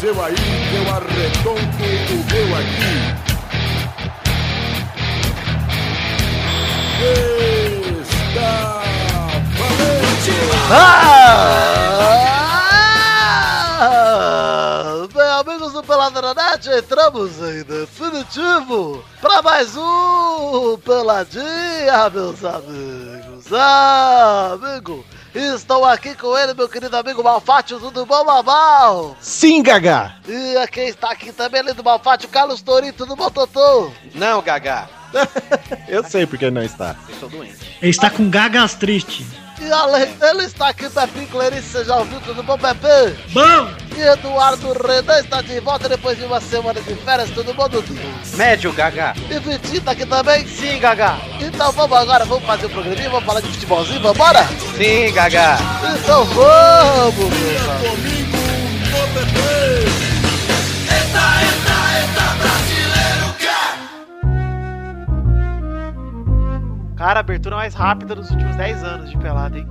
seu aí, eu arredonto o meu aqui. Está valente! Ah! Bem, amigos do Peladronete, entramos em definitivo para mais um Peladinha, meus amigos. Ah, amigo, estou aqui com ele, meu querido amigo Malfátio, tudo bom, Mamal? Sim, Gagá! E é quem está aqui também, além do Malfátio, Carlos Torito, tudo bom, Totô? Não, Gagá. Eu sei porque não está. Eu sou doente. Ele está com gagastrite. E além dele está aqui Pepe Clarice, você já ouviu, tudo bom, Pepe? Bom, E Eduardo Renan está de volta depois de uma semana de férias, tudo bom, Dudu? Médio, Gagá. E Vitinho tá aqui também? Sim, Gagá. Então vamos agora, vamos fazer um programinha, vamos falar de futebolzinho, vambora? Sim, Gagá. Então vamos, meu irmão. Domingo no bebê! Cara, a abertura mais rápida dos últimos 10 anos de pelada, hein?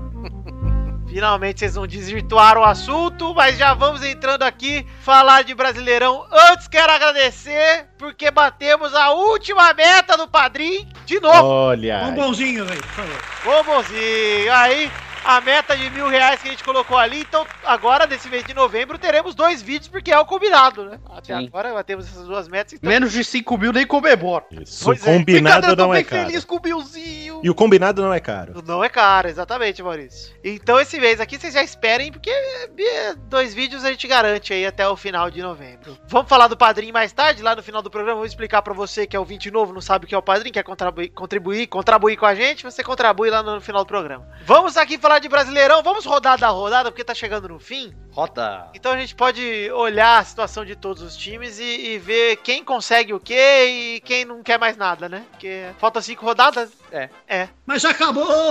Finalmente vocês não desvirtuaram o assunto, mas já vamos entrando aqui falar de Brasileirão. Antes quero agradecer porque batemos a última meta do Padrim de novo. Olha. um bonzinho, velho, por favor. Ô, bonzinho, aí a meta de mil reais que a gente colocou ali. Então, agora, nesse mês de novembro, teremos dois vídeos porque é o combinado, né? Até Sim. agora batemos essas duas metas. Então, Menos de 5 mil nem com bebora. Isso, Pois o é. combinado Brincadeira, eu tô não é bem caro. feliz com o Bilzinho. E o combinado não é caro. Não é caro, exatamente, Maurício. Então esse mês aqui vocês já esperem, porque é, dois vídeos a gente garante aí até o final de novembro. Vamos falar do padrinho mais tarde, lá no final do programa, vou explicar pra você que é ouvinte novo, não sabe o que é o padrinho, quer contribuir, contribuir, contribuir com a gente, você contribui lá no final do programa. Vamos aqui falar de Brasileirão, vamos rodada a rodada, porque tá chegando no fim. Roda. Então a gente pode olhar a situação de todos os times e, e ver quem consegue o quê e quem não quer mais nada, né? Porque faltam cinco rodadas. É. É. Mas já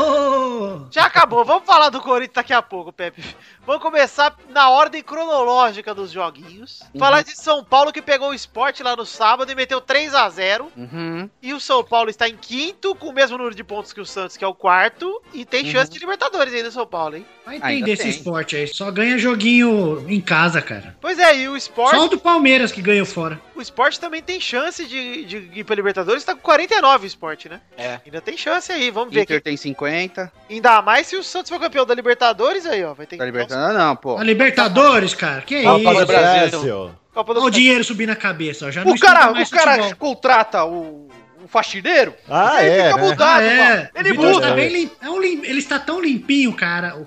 acabou! Já acabou, vamos falar do Corinthians daqui a pouco, Pepe. Vamos começar na ordem cronológica dos joguinhos. Uhum. Falar de São Paulo que pegou o esporte lá no sábado e meteu 3 a 0 Uhum. E o São Paulo está em quinto, com o mesmo número de pontos que o Santos, que é o quarto. E tem Uhum. chance de Libertadores ainda, São Paulo, hein? Vai Ainda entender esse tem. esporte aí. Só ganha joguinho em casa, cara. Pois é, e o Só o esporte, do Palmeiras que ganhou fora. o esporte também tem chance de, de ir para Libertadores. Tá com 49 o esporte, né? É. Ainda tem chance aí, vamos ver. Inter Aqui. tem tá 50. Ainda mais se o Santos for campeão da Libertadores aí, ó. Vai ter Tá libertando? Não, pô. A Libertadores, cara, que Fala para o isso? Brasil. tá Brasil. Copa do Olha o Brasil. dinheiro subir na cabeça, ó. Já não O cara, escuta mais o cara é futebol. contrata o, o faxineiro. Ah, ele é, fica né? mudado, Ah, mano. é. Ele O Vitor muda. tá bem lim- é um lim- Ele está tão limpinho, cara. O,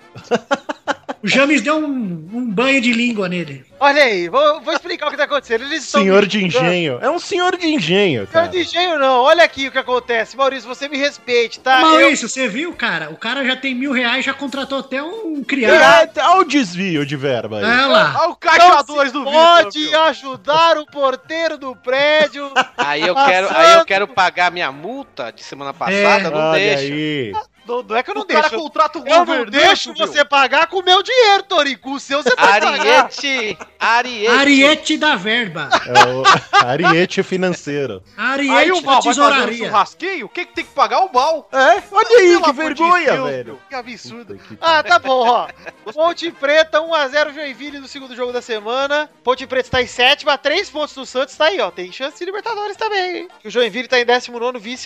o James deu um, um banho de língua nele. Olha aí, vou, vou explicar o que tá acontecendo. Eles estão Senhor me de julgando. engenho. É um senhor de engenho, Senhor cara. de engenho não, olha aqui o que acontece. Maurício, você me respeite, Ah, tá? Maurício, você viu, cara? O cara já tem mil reais, já contratou até um criado. Ah, Olha o desvio de verba Ah, aí. Olha lá. É Olha o não caixa 2 se do pode Vitor. ajudar o porteiro do prédio. Aí eu quero- quero, aí eu pagar minha multa de semana passada, passada, não É, Olha deixa. aí. não, não é que eu não o deixo. cara contrata o eu não governante, deixo viu? você pagar com o meu dinheiro, Tori. Com o seu você vai pagar. Ariete, Ariete. Ariete da verba. É o Ariete financeiro. Aí Ariete o da Val vai fazer um tesouraria. churrasquinho? Quem que tem que pagar? O Val. É? Olha aí, Pelo que amor de vergonha, Deus, velho. Que absurdo. Puta que Ah, tá bom, ó. Ponte Preta 1x0 Joinville no segundo jogo da semana. Ponte Preta está em sétima, três pontos do Santos, tá aí, ó. Tem chance de Libertadores também, hein? O Joinville tá em 19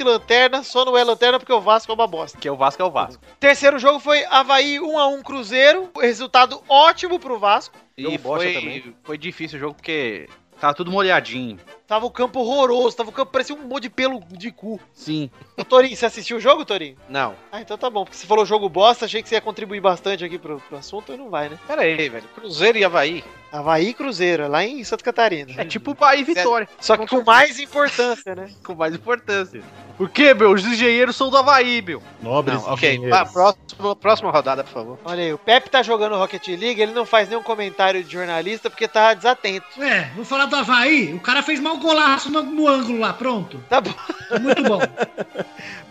vice-lanterna, só não é lanterna porque o Vasco é uma bosta. Porque o Vasco é o Vasco. Terceiro jogo foi Havaí 1x1 Cruzeiro. Resultado ótimo pro Vasco. E Jogo bosta foi, também. foi difícil o jogo porque tava tudo molhadinho. Tava o campo horroroso, tava o campo parecia um monte de pelo de cu. Sim. Ô, Torinho, você assistiu o jogo, Torinho? Não. Ah, então tá bom, porque você falou jogo bosta, achei que você ia contribuir bastante aqui pro, pro assunto e não vai, né? Pera aí, velho. Cruzeiro e Havaí. Havaí e Cruzeiro, é lá em Santa Catarina. É tipo Bahia e Vitória. Só que com mais importância, né? Com mais importância. Por quê, meu? Os engenheiros são do Havaí, meu. Nobres Não, ok. engenheiros. Ah, próxima, próxima rodada, por favor. Olha aí, o Pepe tá jogando Rocket League, ele não faz nenhum comentário de jornalista porque tá desatento. É, vou falar do Havaí. O cara fez mal golaço no, no ângulo lá, pronto. Tá bom. Muito bom.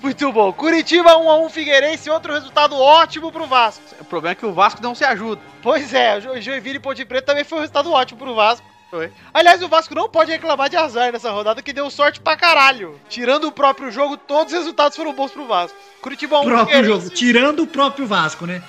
Muito bom. Curitiba 1x1 Figueirense, outro resultado ótimo pro Vasco. O problema é que o Vasco não se ajuda. Pois é, o Jo- Joinville e Ponte Preta também foi um resultado ótimo pro Vasco. Foi. Aliás, o Vasco não pode reclamar de azar nessa rodada, que deu sorte pra caralho. Tirando o próprio jogo, todos os resultados foram bons pro Vasco. Curitiba 1, próprio Figueirense, jogo. Tirando o próprio Vasco, né?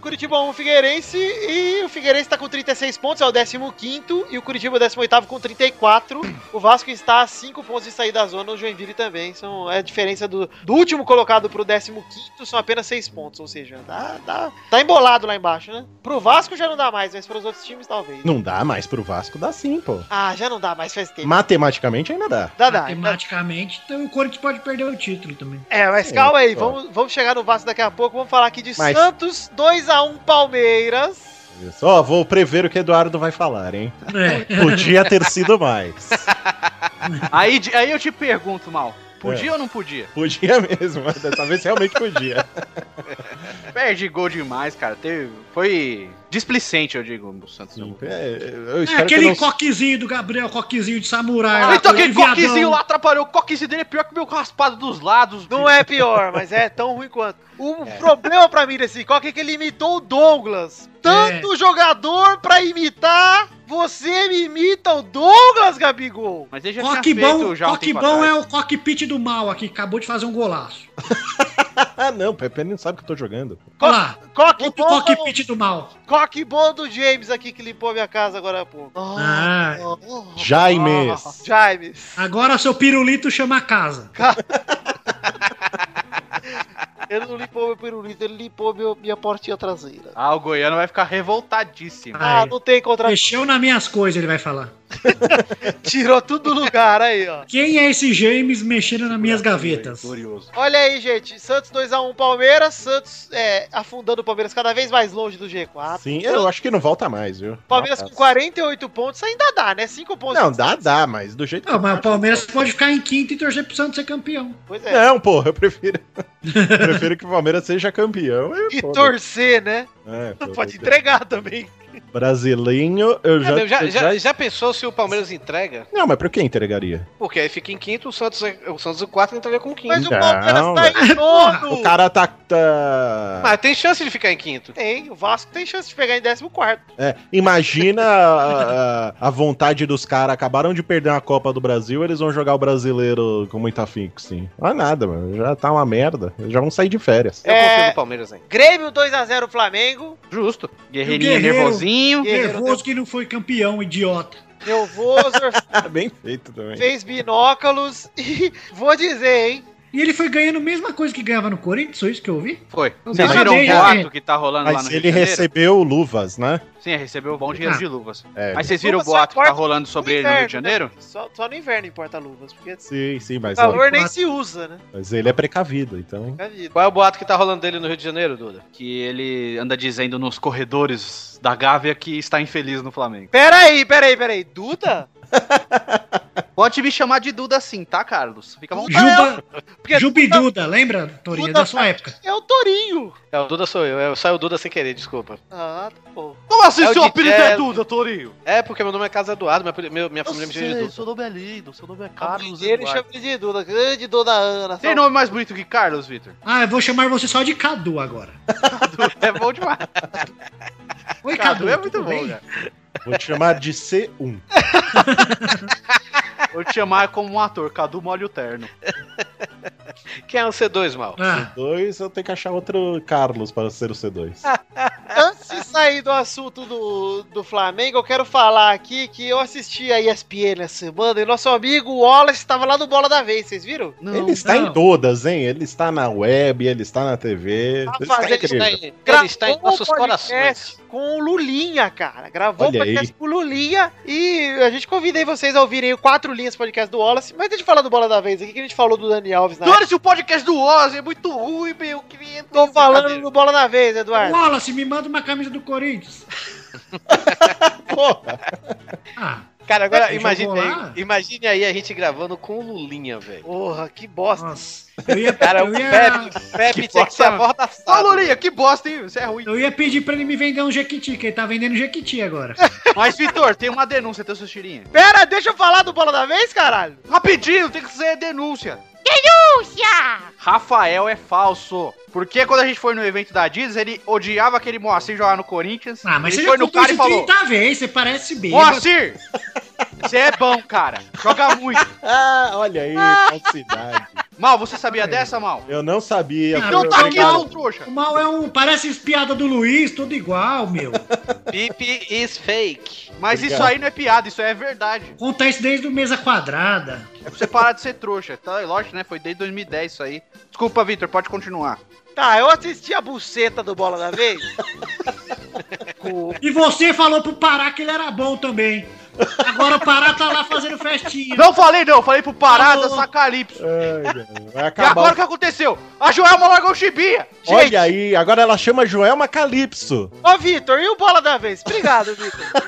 Curitiba 1, Figueirense. E o Figueirense tá com 36 pontos, é o 15º. E o Curitiba é o 18º com 34. O Vasco está a 5 pontos de sair da zona. O Joinville também. São, é a diferença do, do último colocado pro 15º são apenas 6 pontos. Ou seja, tá, tá, tá embolado lá embaixo, né? Pro Vasco já não dá mais, mas pros outros times talvez. Não dá mais pro Vasco, dá sim, pô. Ah, já não dá mais, faz tempo. Matematicamente ainda dá. Ah, Dá, dá. Matematicamente, então o Corinthians pode perder o título também. É, mas Sim, calma aí, ó. vamos, vamos chegar no Vasco daqui a pouco. Vamos falar aqui de Mas- Santos 2x1 Palmeiras. Isso. Ó, vou prever o que Eduardo vai falar, hein? É. Podia ter sido mais. Aí, de- aí eu te pergunto, Mal. É. Podia ou não podia? Podia mesmo, mas dessa vez realmente podia. Perde gol demais, cara. Teve, foi displicente, eu digo, o Santos. Sim, é, eu É espero que aquele não... coquezinho do Gabriel, coquezinho de samurai. Ah, lá, então aquele de viadão. coquezinho lá atrapalhou. O coquezinho dele é pior que meu raspado dos lados. Não é pior, mas é tão ruim quanto. O É. problema pra mim desse Coca é que ele imitou o Douglas. Tanto É. jogador pra imitar, você me imita o Douglas, Gabigol. Mas ele já tinha Coque feito bom, já um coque tempo bom é atrás. o cockpit do mal aqui, acabou de fazer um golaço. Ah, não, o Pepe não sabe que eu tô jogando. Olha lá, Coque outro bom, cockpit do mal. coque bom do James aqui que limpou minha casa agora há pouco. Ah, Jaimes. James. agora seu pirulito chama a casa. Ele não limpou meu pirulito, ele limpou meu- minha portinha traseira. Ah, o goiano vai ficar revoltadíssimo. Ah, Ah, é. não tem contra. Mexeu nas minhas coisas, ele vai falar. Tirou tudo do lugar aí, ó. Quem é esse James mexendo nas minhas gavetas? Glorioso. Olha aí, gente. Santos 2x1 Palmeiras. Santos é, afundando o Palmeiras cada vez mais longe do G4. Sim, é eu acho que não volta mais, viu? Palmeiras com 48 pontos ainda dá, né? 5 pontos. Não, dá, dá, mas do jeito que. é. Não, mas o Palmeiras pode ficar em quinto e torcer pro Santos ser campeão. Pois é. Não, porra, eu prefiro. eu prefiro que o Palmeiras seja campeão. Eu, E torcer, né? É, Não pô, pode entregar também. Brasileirinho, eu já, Já, já, eu já, já pensou se o Palmeiras entrega? Não, mas pra quem entregaria? Porque aí fica em quinto, o Santos, é- o Santos o quarto entraria com quinto. Mas Mas, o Palmeiras Não, tá em O nono. cara tá. tá- Ah, tem chance de ficar em quinto. Tem, o Vasco tem chance de pegar em 14. É, imagina a, a- a vontade dos caras. Acabaram de perder uma Copa do Brasil, eles vão jogar o brasileiro com muito afinco, sim. Não é nada, mano. Já tá uma merda. Eles já vão sair de férias. Eu É. confio no Palmeiras ainda. Grêmio 2x0 Flamengo. Justo. E Guerreirinho o Guerreiro? nervosinho. Nervoso que não foi campeão, idiota. Nervoso, Ah, Bem feito também. fez binóculos. E vou dizer, hein? E ele foi ganhando a mesma coisa que ganhava no Corinthians, foi isso que eu ouvi? Foi. Não Vocês sei. viram Mas o ele- boato que tá rolando lá Mas no ele Rio de Janeiro? recebeu luvas, né? Sim, recebeu um bom dinheiro Ah. de luvas. É. Mas vocês viram o Luvas boato só que tá corta rolando sobre ele no Rio de Janeiro? né? Só, só no inverno importa luvas, porque Sim, sim, mas, Tá calor nem quatro. se usa, né? mas ele é precavido, então. Na vida. Qual é o boato que tá rolando dele no Rio de Janeiro, Duda? Que ele anda dizendo nos corredores da Gávea que está infeliz no Flamengo. Peraí, peraí, peraí. Duda? Pode me chamar de Duda sim, tá, Carlos? Fica à vontade. é Juba, Porque Jubiduda, lembra, Torinha, Duda da sua época? é o Torinho. É, o Duda sou eu. Eu saio o Duda sem querer, desculpa. Ah, tá bom. Como assim É o seu de apelido é Jazz. Duda, Torinho? É, porque meu nome é Casa Eduardo, minha, poli- meu- minha família me chama de Duda. nome é lindo, seu nome é Carlos ele chama ele de Duda, grande Dona Ana. Tem Só... nome mais bonito que Carlos, Vitor? Ah, eu vou chamar você só de Cadu agora. É bom demais. Oi, Cadu, Cadu é muito tudo bom, bem? cara. Vou te chamar de C1. Vou te chamar como um ator, Cadu Molho Terno. Quem é o C2, mal? Ah, Dois, eu tenho que achar outro Carlos para ser o C2. Então, Antes de sair do assunto do, do Flamengo, eu quero falar aqui que eu assisti a ESPN essa semana e nosso amigo Wallace estava lá no Bola da Vez, vocês viram? ele está em todas, hein? Ele está na web, ele está na TV. Tá ele fazendo está Ele está, incrível. em, ele está em Gravou nossos um podcast corações. Com o Lulinha, cara. Gravou o Olha podcast aí. com o Lulinha e a gente convidei vocês a ouvirem o Quatro Linhas podcast do Wallace. Mas deixa eu falar do Bola da Vez aqui, que a gente falou do Dani Alves na época. Dane-se o podcast do Ozzy, é muito ruim, meu querido. Tô falando do Bola da Vez, Eduardo. Wallace, me manda uma camisa do Corinthians. Porra, Ah, Cara, agora Ele imagine jogou lá? aí, imagine aí a gente gravando com o Lulinha, velho. Porra, que bosta. nossa. Eu ia, Cara, é um o eu ia- Pepe, Pepe tinha que ser bosta. Ô, abordaçado. Lulinha, que bosta, hein? Você é ruim. eu ia pedir pra ele me vender um Jequiti, que ele tá vendendo Jequiti agora. Mas, Vitor, tem uma denúncia, tem seus tirinhas. Pera, deixa eu falar do Bola da Vez, caralho. Rapidinho, tem que ser denúncia. Denúncia! Rafael é falso. Porque quando a gente foi no evento da Disney, ele odiava aquele Moacir jogar no Corinthians. Ah, mas ele você foi já no contou cara e isso falou: 30 vezes, você parece bem. Moacir! Você é bom, cara. Joga muito. Ah, olha aí, falsidade. Mal, você sabia dessa, Mal? Eu não sabia. Não, fui Não tá aqui, obrigado- não, trouxa. O mal é um. Parece piada do Luiz, tudo igual, meu. Pipe is fake. Mas Obrigado. isso aí não é piada, isso aí é verdade. Conta isso desde o mesa quadrada. É pra você parar de ser trouxa. Tá, lógico, né? Foi desde 2010 isso aí. Desculpa, Victor, pode continuar. Tá, eu assisti a buceta do Bola da Vez. Com- E você falou pro Pará que ele era bom também. Agora o Pará tá lá fazendo festinha. Não falei, não. Falei pro Parada, Falou. Sacalipso. Ai, velho, Vai E agora o acabar. que aconteceu? A Joelma largou o chibia. o- Olha aí, agora ela chama Joelma Calypso. Ô, Vitor, e o Bola da Vez? Obrigado, Vitor.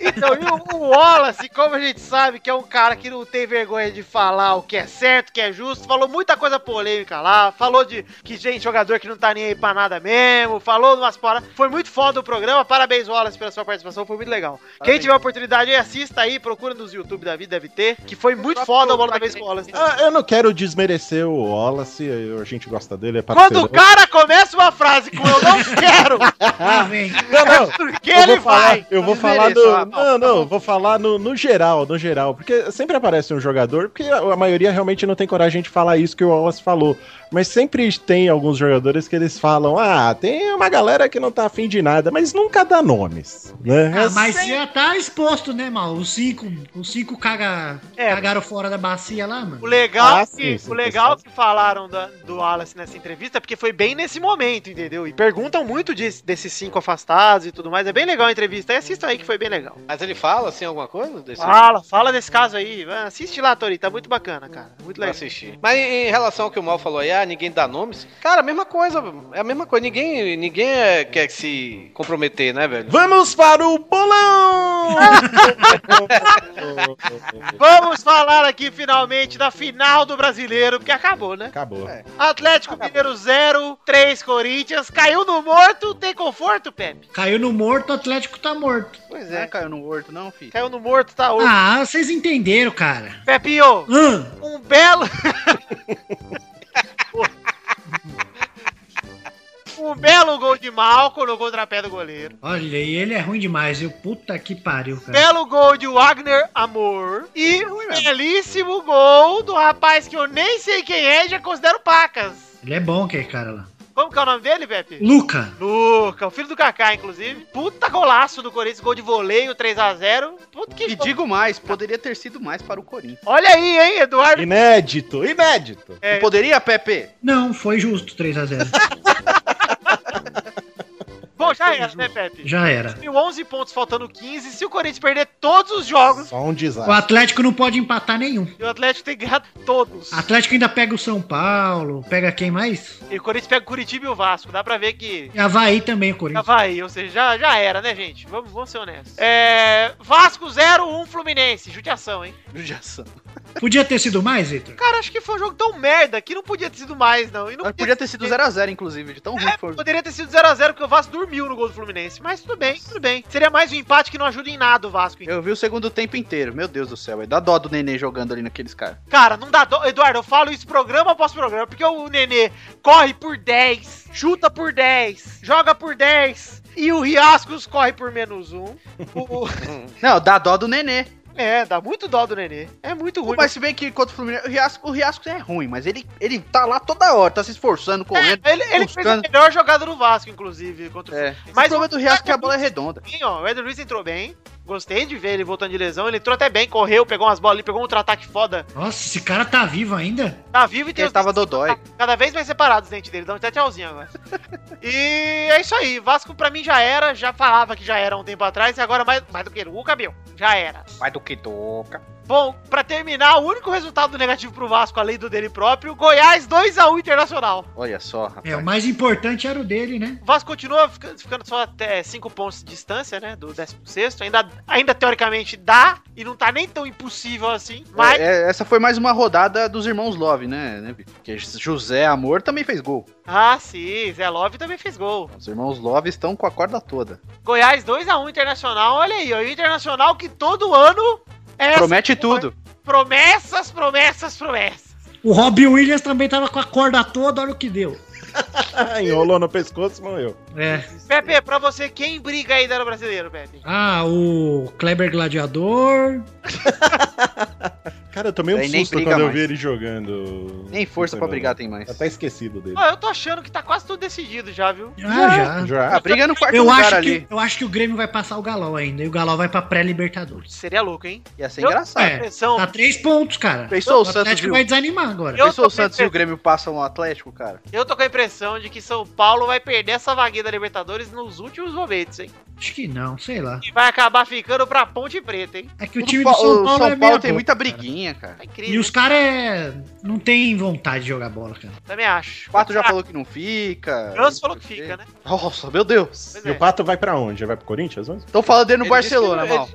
Então, e o, o Wallace, como a gente sabe que é um cara que não tem vergonha de falar o que é certo, o que é justo, falou muita coisa polêmica lá, falou de que gente, jogador que não tá nem aí pra nada mesmo, falou umas paradas. Foi muito foda o programa, parabéns, Wallace, pela sua participação, foi muito legal. Quem tiver oportunidade, aí, assista aí, procura nos YouTube da vida, deve ter, que foi muito Só foda o Bola procurar da Vez que com o Wallace. Ah, eu não quero desmerecer o Wallace, eu- a gente gosta dele, é Quando parceiro. o cara começa uma frase com eu não quero, Lá vem. Não, não, porque eu vou ele falar, vai. Eu vou falar Desmereço, do. ah, Não, não, vou falar no, no geral, no geral. Porque sempre aparece um jogador, porque a a maioria realmente não tem coragem de falar isso que o Wallace falou. Mas sempre tem alguns jogadores que eles falam: ah, tem uma galera que não tá afim de nada, mas nunca dá nomes. Né? Ah, mas Sempre- já tá exposto, né, mal? Os cinco, os cinco caga, É. cagaram fora da bacia lá, mano. O legal, Ah, que, sim, sim, o legal pessoal. que falaram da- do Wallace nessa entrevista é porque foi bem nesse momento, entendeu? E perguntam muito disso- desses cinco afastados e tudo mais. É bem legal a entrevista. Aí assista aí que foi bem legal. Mas ele fala assim alguma coisa? Desse... Fala, fala desse caso aí. Vai, Assiste lá, Tori. Tá muito bacana, cara. Muito Pra legal. assistir. Mas em relação ao que o Mal falou aí, ah, ninguém dá nomes. Cara, a mesma coisa, é a mesma coisa. Ninguém, ninguém é- quer se comprometer, né, velho? Vamos para o bolão! Vamos falar aqui finalmente da final do brasileiro, porque acabou, né? Acabou. Atlético Mineiro 0, 3 Corinthians. Caiu no morto, tem conforto, Pepe? Caiu no morto, o Atlético tá morto. Pois Não é. Né, caiu no horto, não, filho. Caiu no morto, tá outro. Ah, vocês entenderam, cara. Pepinho, Hã? um belo. um belo gol de Malco no contrapé do goleiro. Olha, e ele é ruim demais, viu? Puta que pariu, cara. Belo gol de Wagner Amor. E um belíssimo gol do rapaz que eu nem sei quem é e já considero pacas. Ele é bom, aquele cara lá. Como que é o nome dele, Pepe? Luca. Luca, o filho do Kaká, inclusive. Puta golaço do Corinthians, gol de voleio, 3x0. Puta que E digo mais, poderia ter sido mais para o Corinthians. Olha aí, hein, Eduardo. Inédito, inédito. É. Não poderia, Pepe? Não, foi justo 3x0. Bom, já era, né, Pepe? Já era. Tem 11 pontos faltando 15. Se o Corinthians perder todos os jogos, Só um O desastre. Atlético não pode empatar nenhum. E o Atlético tem que ganhar todos. O Atlético ainda pega o São Paulo, pega quem mais? E o Corinthians pega o Curitiba e o Vasco. Dá pra ver que. E Havaí também, o Corinthians. Havaí, ou seja, já, já era, né, gente? Vamos, vamos ser honestos. É, Vasco 0-1 Fluminense. Judiação, hein? Judiação. Podia ter sido mais, Vitor? Cara, acho que foi um jogo tão merda que não podia ter sido mais, não. E não Mas podia, podia ter sido 0x0, inclusive, de tão ruim que foi. poderia ter sido 0x0, porque o Vasco dormiu no gol do Fluminense. Mas tudo bem, tudo bem. Seria mais um empate que não ajuda em nada o Vasco. hein? Eu vi o segundo tempo inteiro. Meu Deus do céu, é dá dó do Nenê jogando ali naqueles caras. Cara, não dá dó. Eduardo, eu falo isso programa após programa, porque o Nenê corre por 10, chuta por 10, joga por 10. E o Riascos corre por menos um. O- o- Não, dá dó do Nenê. É, dá muito dó do Nenê. É muito ruim. Mas se bem que contra o Fluminense, o Riasco, o Riasco é ruim, mas ele, ele tá lá toda hora, tá se esforçando, correndo. É, ele ele fez a buscando. melhor jogada do Vasco, inclusive, contra o É. Mas o Mas problema do Riasco é que a bola é redonda. Fluminense. ó, o Eder Luiz entrou bem. Gostei de ver ele voltando de lesão. Ele entrou até bem, correu, pegou umas bolas ali, pegou um contra-ataque foda. Nossa, esse cara tá vivo ainda? Tá vivo e tem Ele os tava dentes dodói. Tá cada vez mais separados os dentes dele. Dá um até tchauzinho agora. e é isso aí. Vasco pra mim já era. Já falava que já era um tempo atrás. E agora mais, mais do que nunca, meu. Já era. Vai do que toca. Bom, pra terminar, o único resultado negativo pro Vasco, além do dele próprio, Goiás 2x1 Internacional. Olha só, rapaz. É, o mais importante era o dele, né? O Vasco continua fica- ficando só até 5 pontos de distância, né? Do 16. Ainda, ainda teoricamente dá e não tá nem tão impossível assim. Mas É, é, essa foi mais uma rodada dos irmãos Love, né? né, Vitor? Porque José Amor também fez gol. Ah, sim, Zé Love também fez gol. Os irmãos Love estão com a corda toda. Goiás 2x1 Internacional, olha aí, ó. E o Internacional que todo ano é Promete tudo. promessas, promessas, promessas. O Robbie Williams também tava com a corda toda, olha o que deu. Enrolou no pescoço, morreu. É. Pepe, pra você, quem briga aí da no brasileiro, Pepe? Ah, o Kleber Gladiador. Cara, eu tomei um Daí nem susto briga quando eu mais. vi ele jogando. Nem força pra Semana. brigar tem mais. Eu até esquecido dele. Ó, eu tô achando que tá quase tudo decidido já, viu? Ah, já. A Já. briga é no quarto Eu lugar acho, ali. que, eu acho que o Grêmio vai passar o Galol ainda. E o Galol vai pra pré-Libertadores. Seria louco, hein? Ia ser Eu- engraçado. É. Pressão. Tá três pontos, cara. Pensou o O Santos, Atlético viu? vai desanimar agora. Eu Pensou tô o Santos e o pensando- Grêmio passam no Atlético, cara? Eu tô com a impressão de que São Paulo vai perder essa vaguinha da Libertadores nos últimos momentos, hein? Acho que não, sei lá. E vai acabar ficando pra Ponte Preta, hein? É que o O time do Pa- São o Paulo, é São meia Paulo tem boca, muita cara. briguinha, né? cara. Tá E incrível. os caras é... não tem vontade de jogar bola, cara. Também acho. O Pato já Ah, falou que não fica. Ganso falou que fica, né? Nossa, meu Deus. Pois E é. o Pato vai pra onde? Vai pro Corinthians? Onde? Estão falando dele no Ele Barcelona, disse que- mal.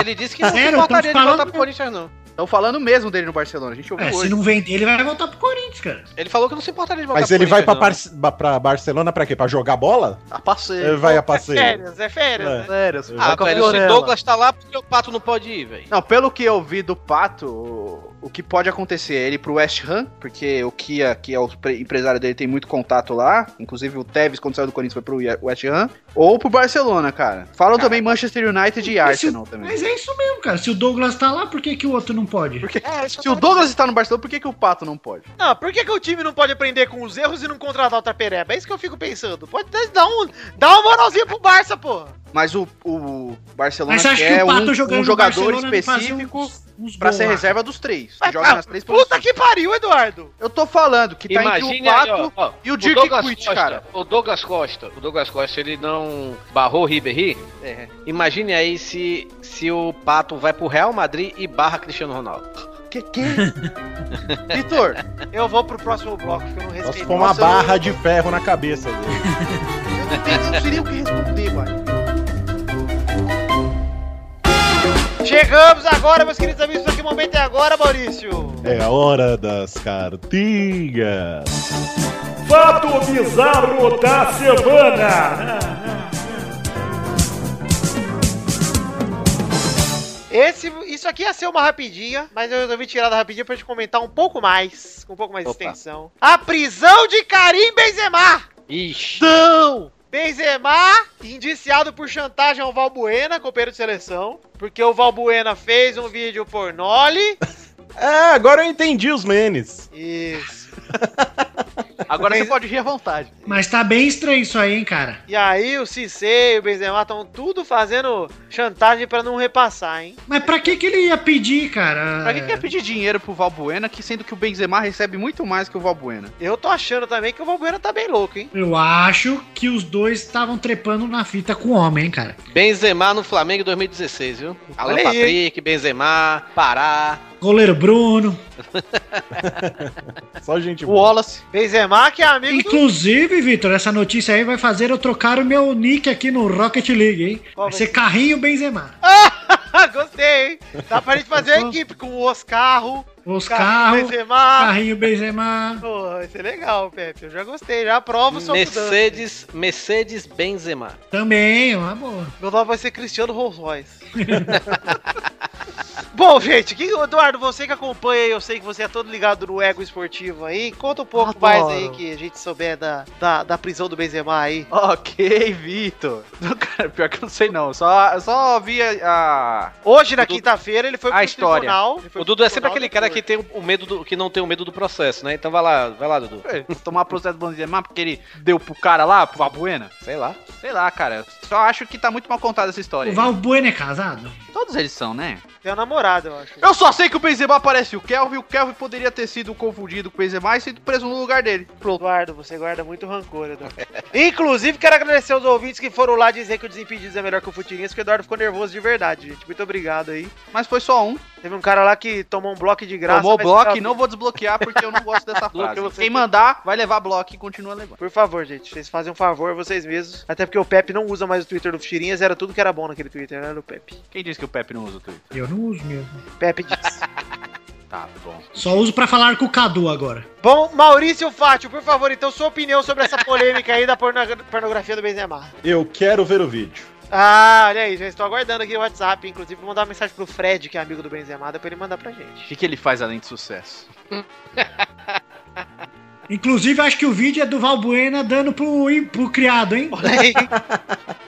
Ele disse que não se Sério? importaria Tão de voltar falando- pro Corinthians, não. Estão falando mesmo dele no Barcelona. A gente ouviu É, se hoje. não vender, ele vai voltar pro Corinthians, cara. Ele falou que não se importaria de voltar Mas ele vai pra, Corinthians, Barce- ba- pra Barcelona pra quê? Pra jogar bola? não. Ah, passeio. Ele vai a É passeio. férias, é férias, né? É. Tá Sério, Ah, vai velho, com a se Fiorella. Douglas tá lá, porque o Pato não pode ir, velho. Não, pelo que eu vi do Pato, o- o que pode acontecer é ele ir pro West Ham, porque o Kia, que é o pre- empresário dele, tem muito contato lá. Inclusive o Tevez, quando saiu do Corinthians, foi pro Ia- West Ham. Ou pro Barcelona, cara. Falam também Manchester United e Mas se o- Arsenal também. Mas é isso mesmo, cara. Se o Douglas tá lá, por que, que o outro não pode? Porque- É, isso Se o Douglas está no Barcelona, por que, que o Pato não pode? Não, por que, que o time não pode aprender com os erros e não contratar outra pereba? É isso que eu fico pensando. Pode dar- dar um, dar uma moralzinha pro Barça, pô. Mas o, o Barcelona Mas você acha que quer o Pato um, jogando um no jogador Barcelona um não fazia específico uns- uns pra gol ser lá? reserva dos três. Que Vai joga pra nas três Puta posições. que pariu, Eduardo. Eu tô falando que tá entre o Imagina Pato aí, ó, ó, e o o Dirk Douglas Kuyt, Costa, cara. O Douglas Costa, o Douglas Costa, ele não barrou o Ribéry? É. Imagine aí se, se o Pato vai pro Real Madrid e barra Cristiano Ronaldo. Que que? Vitor, Eu vou pro próximo bloco, que eu não Posso respeito. pôr uma Nossa, barra de ferro na cabeça dele. eu não teria o que responder, mano. Chegamos agora, meus queridos amigos. Isso aqui, o momento é agora, Maurício. É a hora das cartinhas. Fato bizarro da semana. Esse, isso aqui ia ser uma rapidinha, mas eu resolvi tirar da rapidinha pra gente comentar um pouco mais, com um pouco mais de Opa. extensão. A prisão de Karim Benzema. Ixi, Não! Benzema, indiciado por chantagem ao Valbuena, companheiro de seleção, porque o Valbuena fez um vídeo pornole. É, agora eu entendi os menes. Isso. Agora você pode rir à vontade. Mas tá bem estranho isso aí, hein, cara. E aí o Cissé e o Benzema estão tudo fazendo chantagem pra não repassar, hein? Mas pra que que ele ia pedir, cara? Pra que é? quer pedir dinheiro pro Valbuena, que sendo que o Benzema recebe muito mais que o Valbuena? Eu tô achando também que o Valbuena tá bem louco, hein? Eu acho que os dois estavam trepando na fita com o homem, hein, cara. Benzema no Flamengo em 2016, viu? Alan Olha aí, Patrick, Benzema, Pará. Goleiro Bruno. Só gente O Wallace. Benzema que é amigo do... Inclusive, Vitor, essa notícia aí vai fazer eu trocar o meu nick aqui no Rocket League, hein? Qual Vai vai ser Carrinho Benzema. Gostei, hein? Dá pra gente fazer a equipe com o Oscarro, Os Carlos carros, Benzema. Carrinho Benzema. Pô, isso é legal, Pepe. Eu já gostei, já aprovo o seu mudança. Mercedes, Mercedes Benzema. Também, uma boa. Meu nome vai ser Cristiano Rolls Royce. Bom, gente, que, Eduardo, você que acompanha aí, eu sei que você é todo ligado no ego esportivo aí. Conta um pouco Adoro. mais aí que a gente souber da, da, da prisão do Benzema aí. Ok, Vitor. Cara, pior que eu não sei não. Só, eu só vi a, a- Hoje, na Dudu- quinta-feira, ele foi a história. tribunal. ele foi O pro Dudu é sempre tribunal aquele cara que depois. tem o medo do, que não tem o medo do processo, né? Então vai lá, vai lá, Dudu. Ué, Tomar processo do Benzema porque ele deu pro cara lá, pro Valbuena? Sei lá. Sei lá, cara. Só acho que tá muito mal contada essa história. O Valbuena é casado? Todos eles são, né? Tem uma namorada, eu acho. Eu só sei que o Benzema parece o Kelvin. O Kelvin poderia ter sido confundido com o Benzema e sido preso no lugar dele. Pronto. Eduardo, você guarda muito rancor, Eduardo. Inclusive, quero agradecer aos ouvintes que foram lá dizer que o Desimpedidos é melhor que o Futirinhas, porque o Eduardo ficou nervoso de verdade, gente. Muito obrigado aí. Mas foi só um. Teve um cara lá que tomou um bloco de graça. Tomou mas- bloco e não vou desbloquear porque eu não gosto dessa frase. você Quem mandar vai levar bloco e continua levando. Por favor, gente, vocês fazem um favor vocês mesmos. Até porque o Pepe não usa mais o Twitter do Tirinhas, era tudo que era bom naquele Twitter, né, do Pepe. Quem disse que o Pepe não usa o Twitter? Eu não uso mesmo. Pepe diz. Tá bom. Só uso pra falar com o Cadu agora. bom, Maurício Fátio, por favor, então sua opinião sobre essa polêmica aí da porno- pornografia do Benzema. Eu quero ver o vídeo. Ah, olha aí, já estou aguardando aqui o WhatsApp, inclusive vou mandar uma mensagem pro Fred, que é amigo do Benzema, dá pra ele mandar pra O gente. que, que ele faz além de sucesso? Inclusive, acho que o vídeo é do Valbuena dando pro, pro criado, hein? Olha aí.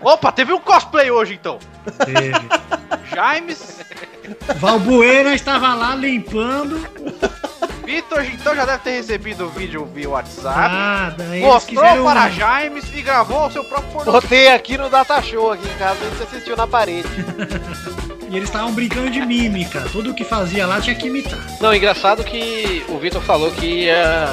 Opa, teve um cosplay hoje então. Teve. James Valbuena estava lá limpando. Vitor, então já deve ter recebido o vídeo via Ah, WhatsApp. Nada. eles mostrou quiseram- para né? Jaimes e gravou o seu próprio pornô. Botei aqui no Data Show aqui em casa, você assistiu na parede. um- E eles estavam brincando de mímica. Tudo que fazia lá tinha que imitar. Não, engraçado que o Vitor falou que ia.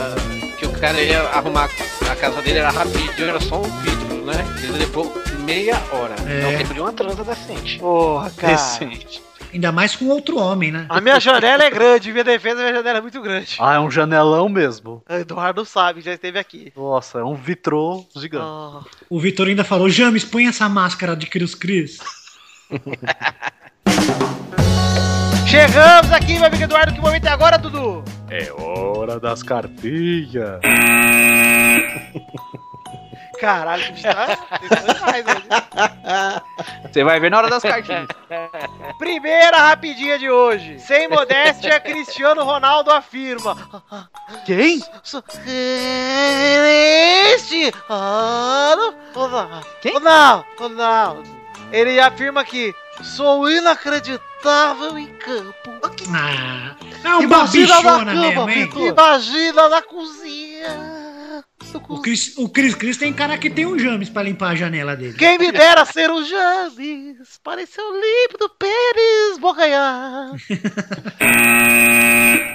que o cara ia arrumar a casa dele era rapidinho, era só um vídeo, né? Ele levou meia hora. É. É o tempo de uma transa decente. Porra, cara. Decente. Ainda mais com outro homem, né? A minha janela é grande, minha defesa, minha janela é muito grande. Ah, é um janelão mesmo. Eduardo sabe, já esteve aqui. Nossa, é um vitrô gigante. Ah, O Vitor ainda falou: James, põe essa máscara de Cris Cris. Chegamos aqui, meu amigo Eduardo, que momento é agora, Dudu? É hora das cartinhas. Caralho, o bicho tá pensando demais hoje. Você vai ver na hora das cartinhas. Primeira rapidinha de hoje. Sem modéstia, Cristiano Ronaldo afirma. Quem? "Sou- Este ano. Ronaldo- Ronaldo, Ronaldo. Ele afirma que sou inacreditável em campo. Ah, é um Imagina na babichona cama, mesmo, hein? Vitor. Imagina na cozinha. No O cozinha. Cris, o Cris Cris tem cara que tem um James pra limpar a janela dele. Quem me dera ser um James, pareceu límpido pênis, vou ganhar.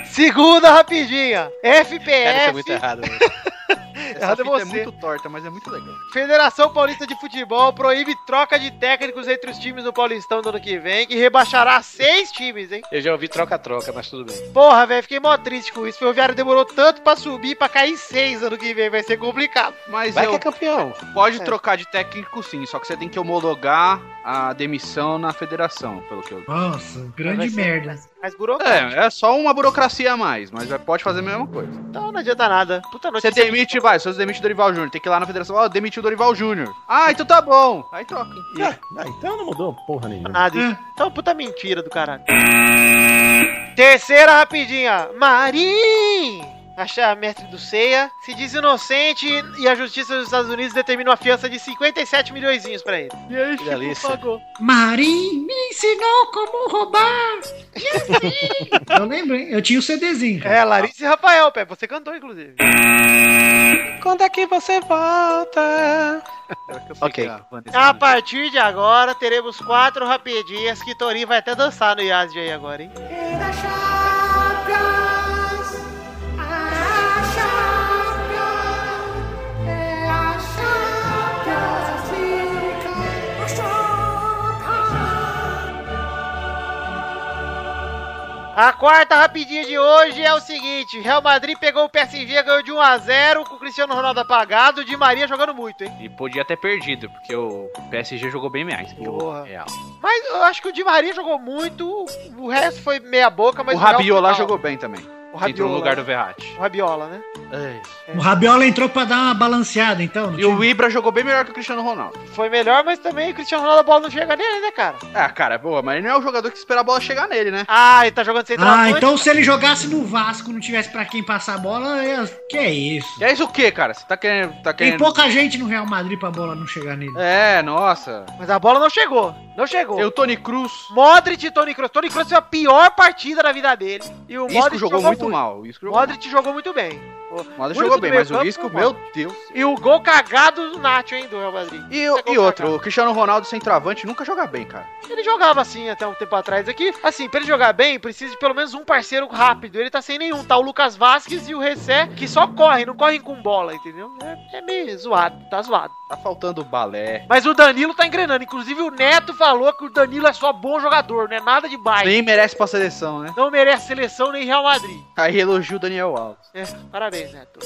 Segunda rapidinha. Cara, isso é FPF, muito errado. né? Essa Errado é fita é você. muito torta, mas é muito legal. Federação Paulista de Futebol, proíbe troca de técnicos entre os times do Paulistão do ano que vem, que rebaixará seis times, hein? Eu já ouvi troca-troca, mas tudo bem. Porra, velho, fiquei mó triste com isso. Ferroviário demorou tanto pra subir, pra cair seis ano que vem, vai ser complicado. Mas Vai eu que é campeão. pode É. trocar de técnico sim, só que você tem que homologar a demissão na federação, pelo que eu Nossa, grande Vai ser- merda. Mas burocrático, É, é só uma burocracia a mais, mas é, pode fazer a mesma coisa. então não adianta nada. Puta Você notícia. demite, vai, se você demite o Dorival Júnior, tem que ir lá na federação, ó, demitiu o Dorival Júnior. Ah, então tá bom. Aí troca. Ah, ah, então não mudou porra nenhuma. Nada, É. Então, puta mentira do caralho. Terceira rapidinha. Marim! Achar mestre do Ceia. Se diz inocente e a justiça dos Estados Unidos determina uma fiança de 57 milhões pra ele. E aí, Que delícia. Marim me ensinou como roubar. assim. Minha eu lembro, hein? Eu tinha o CDzinho. cara. É, Larissa e Rafael, pé. Você cantou, inclusive. Quando é que você volta? Ok. Ah, A partir de agora, teremos quatro rapidinhas que Tori vai até dançar no Yazid aí agora, hein? A quarta rapidinha de hoje é o seguinte: Real Madrid pegou o PSG, ganhou de 1 a 0 com o Cristiano Ronaldo apagado, o Di Maria jogando muito, hein? E podia ter perdido, porque o PSG jogou bem mais. que o Porra. Real. Mas eu acho que o Di Maria jogou muito, o resto foi meia boca, mas O Real Rabiola foi mal. jogou bem também. o Entrou no Rabiola, lugar né? do Verratti. o Rabiola, né? É O Rabiola entrou pra dar uma balanceada, então. não E o tinha? Ibra jogou bem melhor que o Cristiano Ronaldo. Foi melhor, mas também o Cristiano Ronaldo a bola não chega nele, né, cara? Ah, cara, boa, mas ele não é o jogador que espera a bola chegar nele, né? Ah, ele tá jogando central. Ah, então se ele jogasse no Vasco, não tivesse pra quem passar a bola, é... que é isso? E é isso o quê, cara? Você tá querendo. Tá Tem querendo... pouca gente no Real Madrid pra bola não chegar nele. É, nossa. Mas a bola não chegou. Não chegou. E o Tony Cruz. Modric e Tony Kroos. Tony Kroos foi a pior partida da vida dele. E o Isco Modric jogou muito mal. Isco O jogou, Modric jogou muito bem. o Modric muito jogou bem, meio mas o campo, Isco, mano. meu Deus. E o gol cagado do Nacho, hein, do Real Madrid. E, o- e outro, o Cristiano Ronaldo centroavante nunca joga bem, cara. Ele jogava assim até um tempo atrás aqui. Assim, pra ele jogar bem, precisa de pelo menos um parceiro rápido. Ele tá sem nenhum. Tá o Lucas Vasquez e o Ressé, que só correm, não correm com bola, entendeu? É, é meio zoado, tá zoado. Tá faltando balé. Mas o Danilo tá engrenando. Inclusive, o Neto falou que o Danilo é só bom jogador, não é nada demais. Nem merece pra seleção, né? Tá Não merece seleção nem Real Madrid. Aí elogio o Daniel Alves. É, parabéns, Neto.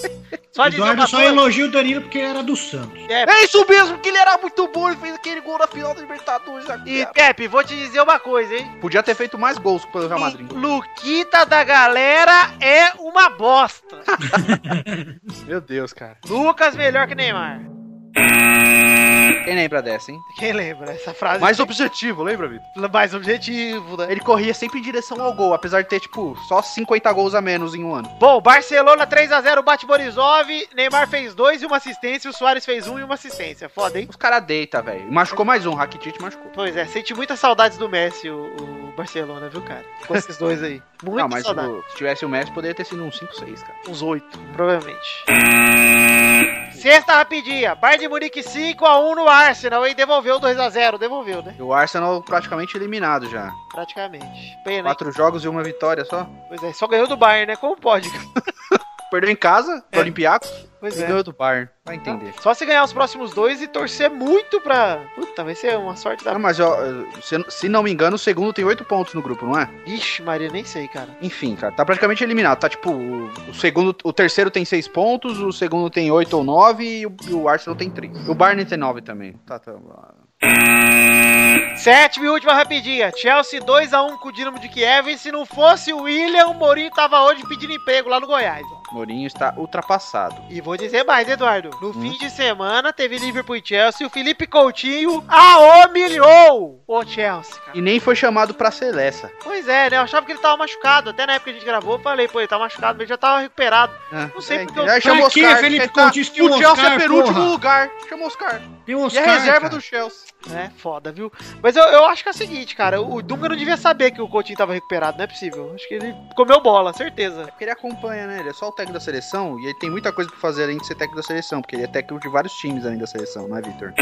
Só de Eduardo só jogador. elogia o Danilo porque ele era do Santos. É, É isso mesmo, que ele era muito bom, ele fez aquele gol na final da Libertadores. né? e Pepe, vou te dizer uma coisa, hein? Podia ter feito mais gols pelo Real Madrid. Luquita da galera é uma bosta. Meu Deus, cara. Lucas melhor que Neymar. Quem lembra dessa, hein? Quem lembra essa frase? Mais objetivo, lembra, Vitor? mais objetivo, né? Ele corria sempre em direção ao gol, apesar de ter, tipo, só 50 gols a menos em um ano. Bom, Barcelona 3x0 bate Borisov, Neymar fez dois e uma assistência, o Soares fez um e uma assistência. Foda, hein? Os caras deita, velho. Machucou mais um, Rakitic machucou. Pois é, sente muitas saudades do Messi, o, o Barcelona, viu, cara? Com esses dois aí. Muito não, Ah, mas saudade. o- se tivesse o Messi, poderia ter sido um 5-6, cara. Uns 8, provavelmente. Sexta rapidinha. Bayern de Munique 5x1 no Arsenal, e devolveu 2x0. Devolveu, né? E o Arsenal praticamente eliminado já. Praticamente. Pena, hein? Quatro jogos e uma vitória só. Pois é, só ganhou do Bayern, né? Como pode? Perdeu em casa, do Olympiacos, Pois e é. ganhou do Bayern. Vai entender. Só se ganhar os próximos dois e torcer muito pra. Puta, vai ser uma sorte da. Ah, mas ó, se, se não me engano, o segundo tem oito pontos no grupo, não é? Ixi, Maria, nem sei, cara. Enfim, cara, tá praticamente eliminado. Tá tipo, o o segundo, o terceiro tem seis pontos, o segundo tem oito ou nove e o, e o Arsenal tem três. O Bayern tem nove também. Tá, tá. Sétima e última rapidinha. Chelsea 2x1 com o Dinamo de Kiev. E se não fosse o William, o Mourinho tava hoje pedindo emprego lá no Goiás. ó. Mourinho está ultrapassado. E vou dizer mais, Eduardo. No fim de semana teve Liverpool e Chelsea. O Felipe Coutinho a humilhou o Chelsea, cara. E nem foi chamado pra Celessa. Pois é, né? Eu achava que ele tava machucado. Até na época que a gente gravou, eu falei, pô, ele tá machucado, mas ele já tava recuperado. É. Não sei porque eu- Já chamou Pra quê, Oscar. Felipe porque tá- Coutinho? Tem O o Chelsea Oscar, é penúltimo porra. lugar. Chamou Oscar. Tem o E é Oscar, reserva cara. do Chelsea. É, foda, viu? Mas eu, eu acho que é o seguinte, cara. O Dunga não devia saber que o Coutinho tava recuperado, não é possível. Acho que ele comeu bola, certeza. Porque ele acompanha, né? Ele é só o técnico da seleção e ele tem muita coisa pra fazer além de ser técnico da seleção, porque ele é técnico de vários times além da seleção, não é, Vitor?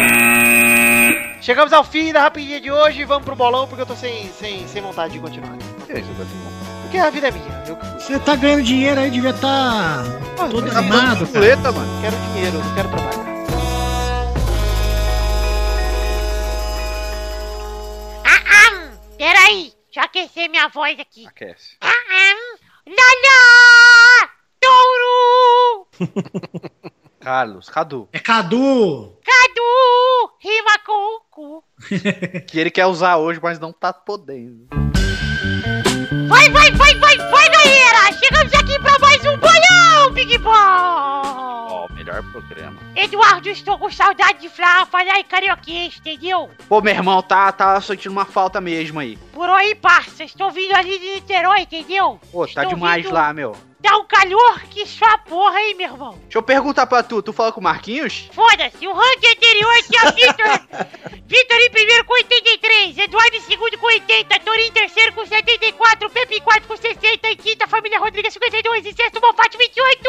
Chegamos ao fim da rapidinha de hoje e vamos pro bolão, porque eu tô sem, sem, sem vontade de continuar. É isso, Batimão. Porque a vida é minha. Eu Você tá ganhando dinheiro aí, devia tá todo Tá falando animado, de cara. muleta, mano. quero dinheiro, eu não quero trabalhar. Peraí, deixa eu aquecer é minha voz aqui. Aquece. Ah, ah, Lala! Touro! Carlos, Cadu. É Cadu! Cadu! Rima com o cu. Que ele quer usar hoje, mas não tá podendo. Vai, vai, vai, vai, vai, galera! Chegamos aqui pra mais um bolão, Big Ball! Ó, melhor programa. Eduardo, estou com saudade de falar, falar em carioquês, entendeu? Pô, meu irmão, tá, tá sentindo uma falta mesmo aí. Por aí, parça, estou vindo ali de Niterói, entendeu? Pô, tá Estou demais vindo- lá, meu. Tá um calor que só a porra, hein, meu irmão? Deixa eu perguntar pra tu, tu fala com o Marquinhos? Foda-se, o ranking anterior tinha Vitor. Vitor em primeiro com 83, Eduardo em segundo com 80, Torinho em terceiro com 74, Pepe em quarto com 60, em quinta, Família Rodrigues 52, em sexto, Bonfatti 28.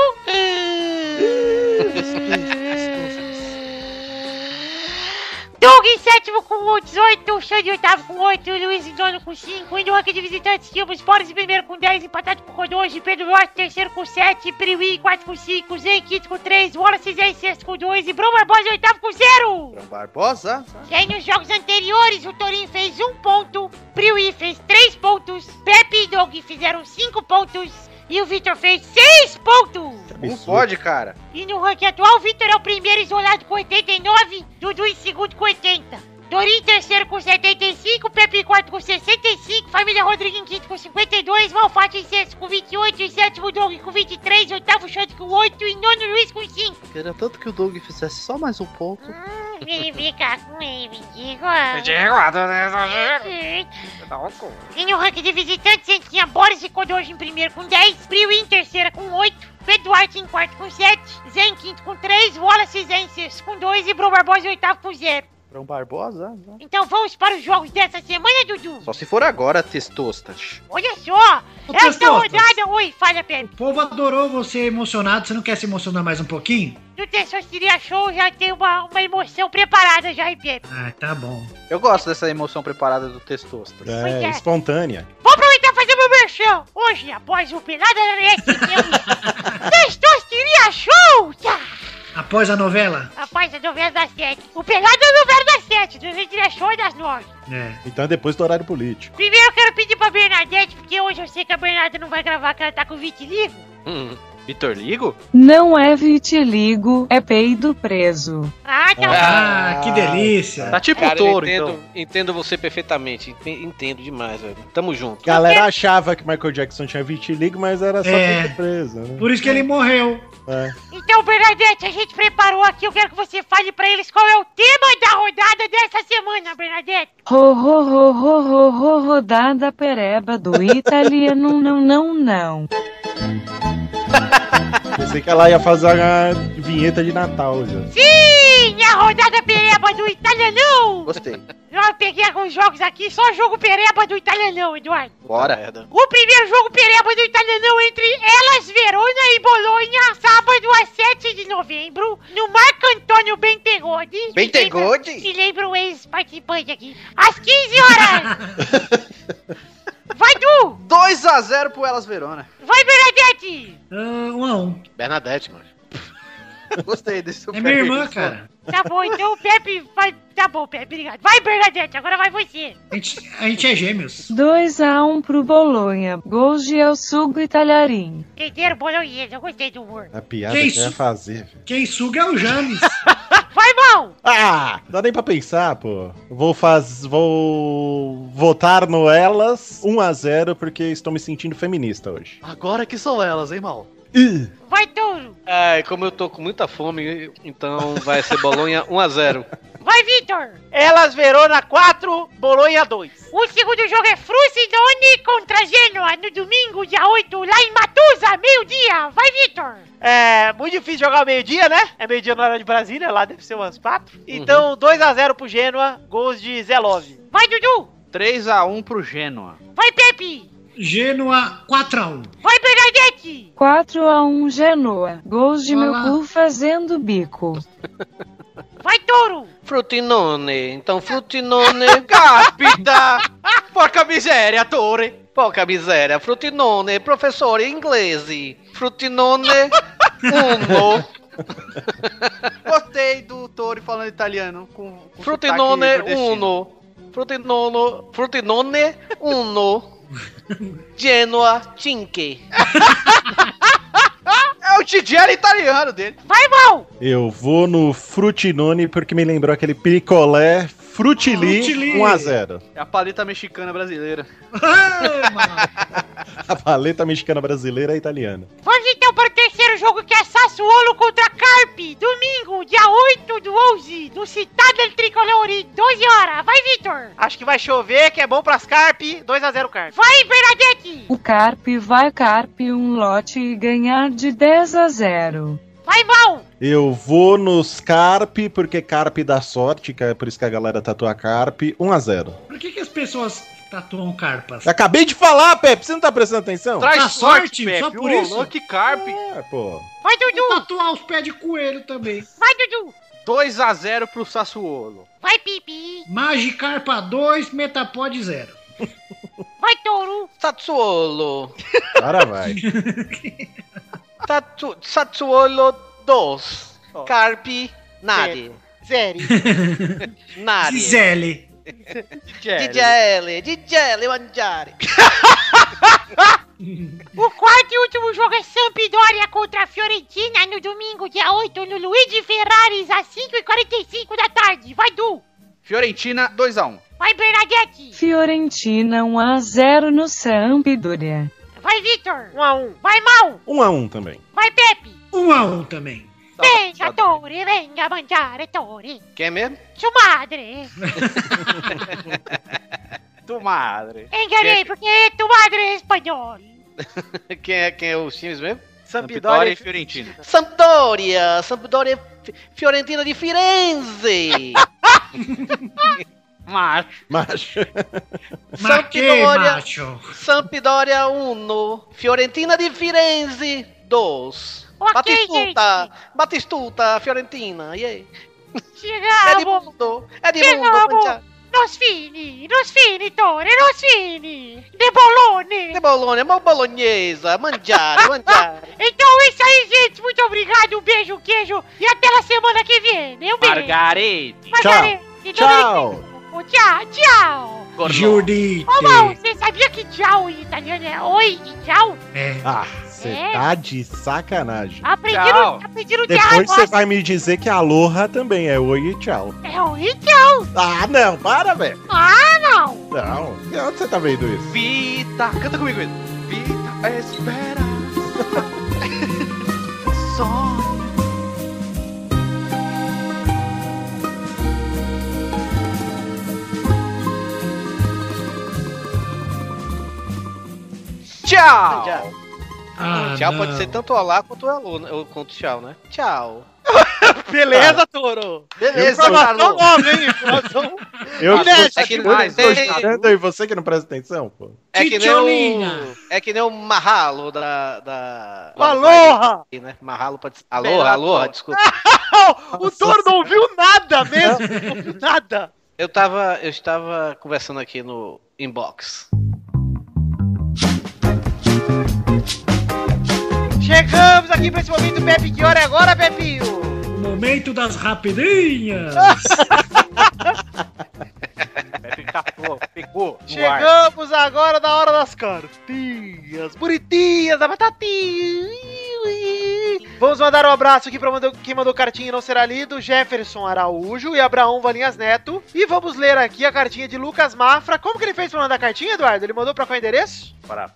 Doug em sétimo com 18, Xande em oitavo com 8, Luiz em nono com 5, indo ranking de visitantes, Silvio Spores em primeiro com 10, empatado com Codoji, Pedro Rocha em terceiro com 7, Priwi em quarto com 5, Zé em quinto com 3, Wallace Zé em sexto com 2 e Bruno Barbosa em oitavo com 0. Barbosa? E aí nos jogos anteriores, o Torinho fez um ponto, Priui fez três pontos, Pepe e Doug fizeram cinco pontos e o Vitor fez seis pontos. Não pode, cara. E no ranking atual, o Vitor é o primeiro isolado com 89, Dudu em segundo com 80. Dorinho em terceiro com 75, Pepe em quarto com 65, Família Rodrigues em quinto com 52, Malfatti em sexto com 28, em sétimo Doug com 23, oitavo Xande com 8 e nono Luiz com 5. Queria tanto que o Doug fizesse só mais um ponto. Ele fica com ele, É digo, ah. Em o ranking de visitantes, a gente tinha Boris e Kodoji em primeiro com 10, Priui em terceira com 8, Eduardo em quarto com 7, Zé em quinto com 3, Wallace e Zé em sexto com 2 e Bruno Barbosa em oitavo com 0. Brão um Barbosa? né? Então vamos para os jogos dessa semana, Dudu. Só se for agora, testostas. Olha só, Ô, essa Testosta, rodada... Oi, falha, Pepe. O povo adorou você emocionado, você não quer se emocionar mais um pouquinho? No Tessosteria Show já tem uma, uma emoção preparada já, hein, Pepe? Ah, tá bom. Eu gosto dessa emoção preparada do testostas. É, espontânea. Vou aproveitar e fazer meu merchan. Hoje, após o Pelada na Net, temos Testosteria Show! Tá? Após a novela? Rapaz, é do Verbo das Sete. O Pelada é do Verbo das Sete, do Testosteria Show e das Nove. É. Então é depois do horário político. Primeiro eu quero pedir pra Bernadette, porque hoje eu sei que a Bernadette não vai gravar, que ela tá com vitiligo. Hum, Vitor Ligo? Não é vitiligo, é peido preso. Ah, tá. Ah, que delícia. Tá tipo Cara, eu touro, entendo, então. entendo você perfeitamente. ente- Entendo demais, velho. Tamo junto. Galera achava que Michael Jackson tinha vitiligo, mas era só É. é. preso, né? Por isso que ele morreu. É. Então, Bernadette, a gente preparou aqui. Eu quero que você fale pra eles qual é o tema da rodada dessa semana, Bernadette. Ro, ro, ro, ro, ro, ro, rodada pereba do italiano, não, não, não. Pensei que ela ia fazer a vinheta de Natal já. Sim, a rodada pereba do italianão. Gostei. Eu peguei alguns jogos aqui, só jogo pereba do italianão, Eduardo. Bora. O primeiro jogo pereba do italianão entre Elas Verona e Bolonha, sábado às 7 de novembro, no Marco Antônio Bentegode. Bentegode? Me lembra- Me lembra o ex-participante aqui. Às 15 horas. Vai, Du! 2x0 pro Elas Verona. Vai, Bernadette! 1 Ah, a 1 Bernadette, mano. Gostei desse É minha irmã, cara. Tá bom, então o Pepe vai. Tá bom, Pepe, obrigado. Vai, Bernadette, agora vai você. A gente, a gente é gêmeos. 2 a 1 pro Bolonha. Gols de Elsugo e Talharim. Entenderam bolonhesa, eu gostei do humor. A piada Que que, isso? eu ia fazer. velho. Quem suga é o James. Vai, irmão! Ah, não dá nem pra pensar, pô. Vou faz... Vou votar no elas 1x0 porque estou me sentindo feminista hoje. Agora que são elas, hein, mal? Vai, Touro! Ai, como eu tô com muita fome, então vai ser Bolonha 1x0. Vai, Vitor! Elas Verona 4, Bolonha 2. O segundo jogo é Frucidone contra Genoa no domingo, dia 8, lá em Matusa, meio-dia. Vai, Vitor! É muito difícil jogar meio-dia, né? É meio-dia na hora de Brasília, lá deve ser umas 4. Uhum. Então 2x0 pro Genoa, gols de Zé Love. Vai, Dudu! 3x1 pro Genoa. Vai, Pepe! Gênua 4x1. Vai, Bernadette! 4 a 1 Genoa. Gols de meu Olá. cu fazendo bico. Vai, Touro! Frutinone, então Frutinone. Capita! Porca miséria, Torre! Porca miséria, Frutinone, professore inglese. Frutinone, uno. Gostei do Tori falando italiano. Com, com Frutinone, sotaque nordestino. uno. Frutinono, Frutinone, uno. Genoa, cinque. É o Tidiano italiano dele. Vai, mal! Eu vou no Frutinone porque me lembrou aquele picolé um Frutili, Frutili. 1x0. É a paleta mexicana brasileira. A paleta mexicana brasileira é italiana. Vamos então para o terceiro jogo que é Sassuolo contra Carpi, domingo, dia 8 do 11, no Citadel Tricolore, 12 horas. Vai, Vitor! Acho que vai chover, que é bom pras Carp. 2x0 Carp. Vai, Bernadette! O Carpe vai Carpe um lote e ganhar de 10 a 0. Vai, mal! Eu vou nos Carpe porque Carpe dá sorte, que é por isso que a galera tatua Um Carpe, 1x0. Por que, que as pessoas tatuam carpas? Acabei de falar, Pepe, você não tá prestando atenção? Traz Dá Tá sorte, sorte, Pepe, só por ô, isso? Que carpe. É, pô. Vai, Dudu! Tatuar os pés de coelho também. Vai, Dudu! 2x0 pro Sassuolo. Vai, Pipi! Magikarpa 2, Metapod 0. Vai, Touro! Sassuolo. Agora vai. Tatu- Sassuolo, dos. Oh. Carpi, nade. Zeri. Nade. Gisele. Digele, Digele Mangiare. O quarto e último jogo é Sampdoria contra a Fiorentina no domingo, dia 8, no Luigi Ferraris, às 5h45 da tarde. Vai, Du! Fiorentina, 2x1. Vai, Bernadette! Fiorentina 1 É a 0 no Sampdoria. Vai, Vitor! 1x1. Vai, Mal! 1x1 também. Vai, Pepe! 1x1 também. Tá Venga, Tori, venga mangiare, Tori! Quem é mesmo? Sua madre! Tu madre. Enganei, porque tu madre é espanhol! Quem é, quem é os times mesmo? Sampdoria e Fiorentina. Sampdoria, Sampdoria e Fi- Fiorentina de Firenze. Macho. Macho. Sampdoria, macho. Sampdoria 1, Fiorentina de Firenze 2. Ok, Batistuta, Batistuta, Fiorentina, e aí? Ah, Chegamos! Edmundo, Edmundo, Chegamos! mangiare. Nos fini, nos fini, Tori, nos fini! De bolone! De Bologna, mão bolognesa, mangiare, mangiare. Então é isso aí, gente. Muito obrigado. Um beijo, um queijo. E até na semana que vem. Um beijo. Margarete. Margarete. Então, Tchau. Tchau. Tchau. Tchau. Judite. Ô, Mal, você sabia que tchau em italiano é oi e tchau? É. Ah, você É? tá de sacanagem. Aprendi Tchau. no, aprendi no tchau Depois você agora. vai me dizer que aloha também é oi e tchau. É oi e tchau. Ah, não, para, velho. Ah, não. Não, de onde você tá vendo isso? Vita. Canta comigo, Vita. Vita, é espera. Sonha. Tchau. Adeus. Ah, tchau não. pode ser tanto olá quanto alô, né? Ou quanto tchau, né? Tchau. Beleza, Toro? Beleza, Informação Carlão. nova, hein? Informação Ah, Eu inédita é que demais. eu estou chorando e você que não presta atenção, pô. É que nem Tchitcholinha. o, é que nem o Marralo da. da O Aloha! Né? Marralo pode ser. Aloha, Bela Aloha, Aloha. desculpa. o Toro não ouviu nada mesmo. não ouviu nada. Eu tava, eu estava conversando aqui no inbox. Chegamos aqui pra esse momento, Pepe. Que hora é agora, Pepinho? O momento das rapidinhas. Ah. Capô, pegou. ar. Chegamos agora na hora das cartinhas bonitinhas da batatinha. Vamos mandar um abraço aqui para quem mandou cartinha e não será lido, Jefferson Araújo e Abraão Valinhas Neto. E vamos ler aqui a cartinha de Lucas Mafra. Como que ele fez pra mandar a cartinha, Eduardo? Ele mandou pra qual endereço? Para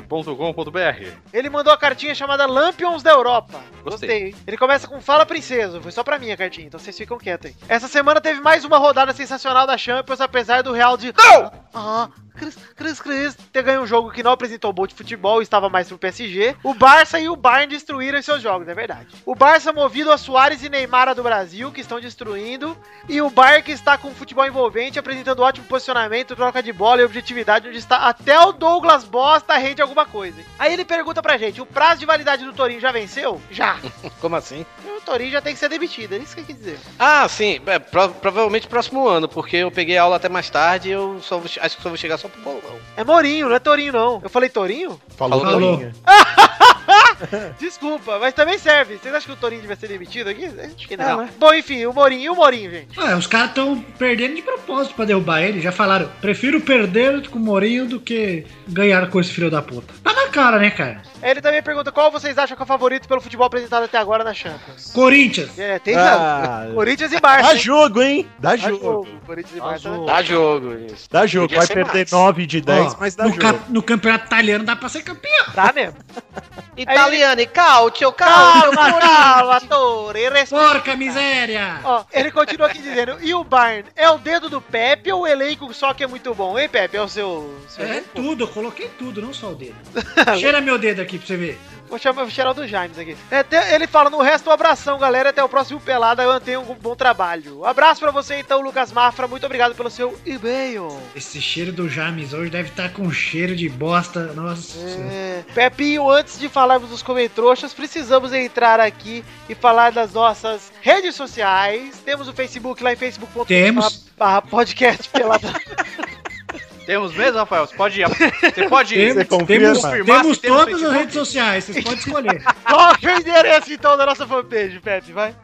podcast.peladananet.com.br. Ele mandou a cartinha chamada Lampions da Europa. Gostei. hein? Ele começa com Fala Princesa. Foi só pra mim a cartinha, então vocês ficam quietos aí. Essa semana teve mais uma rodada sensacional da Champions, apesar do Real de... Não! Ah, Cris, Cris, Cris. Ter ganho um jogo que não apresentou bom de futebol e estava mais pro PSG. O Barça e o Bayern destruíram seus jogos, é verdade. O Barça movido a Soares e Neymar do Brasil, que estão destruindo. E o Bayern que está com futebol envolvente, apresentando ótimo posicionamento, troca de bola e objetividade, onde está até o Douglas Bosta rende alguma coisa. hein? Aí ele pergunta pra gente, o prazo de validade do Torinho já venceu? Já. Como assim? o Torinho já tem que ser demitido, é isso que eu quis dizer. Ah, sim. é, pro- provavelmente próximo ano, porque eu peguei aula até mais tarde e eu só vou, acho que só vou chegar só pro bolão. É Mourinho, não é Torinho não. Eu falei Torinho? Falou, Falou. Torinho. É. Desculpa, mas também serve. Vocês acham que o Torinho devia ser demitido aqui? Acho É, que não. Não, né? Bom, enfim, o Mourinho e o Mourinho, gente. Ah, os caras estão perdendo de propósito pra derrubar ele. Já falaram, prefiro perder com o Mourinho do que ganhar com esse filho da puta. Tá na cara, né, cara? Ele também pergunta qual vocês acham que é o favorito pelo futebol apresentado até agora na Champions. Corinthians. É, tem Ah. jogo. Corinthians e Barça. Dá hein? jogo, hein? Dá Dá jogo. Corinthians e Barça. né? Dá jogo, isso. Dá jogo. Podia Vai ser perder mais. 9 de 10, Ó, mas dá no, jogo. ca- no campeonato italiano dá pra ser campeão. Dá Tá mesmo. Italiano, e calcio, calcio, Calma, calma, Tore. respeita. Porca miséria. Ó, ele continua aqui dizendo, e o Barn, é o dedo do Pepe ou o elenco só que é muito bom, hein, Pepe? É o seu... seu É elenco? tudo, eu coloquei tudo, não só o dedo. Cheira meu dedo aqui pra você ver. Vou chamar vou cheirar o do James aqui. É, te- ele fala, no resto, um abração, galera. Até o próximo Pelada. Eu tenho um bom trabalho. Abraço pra você, então, Lucas Mafra. Muito obrigado pelo seu e-mail. Esse cheiro do James hoje deve estar com cheiro de bosta. Nossa. senhora. É. Pepinho, antes de falarmos dos comentroxas, precisamos entrar aqui e falar das nossas redes sociais. Temos o Facebook lá em facebook.com Temos. barra podcast é pelada. Temos mesmo, Rafael? Você pode, você pode Temos, confirma? temos, Confirmar temos se tem no todas as Facebook? redes sociais, vocês podem escolher. Qual que é o endereço então da nossa fanpage, Pepe? Vai.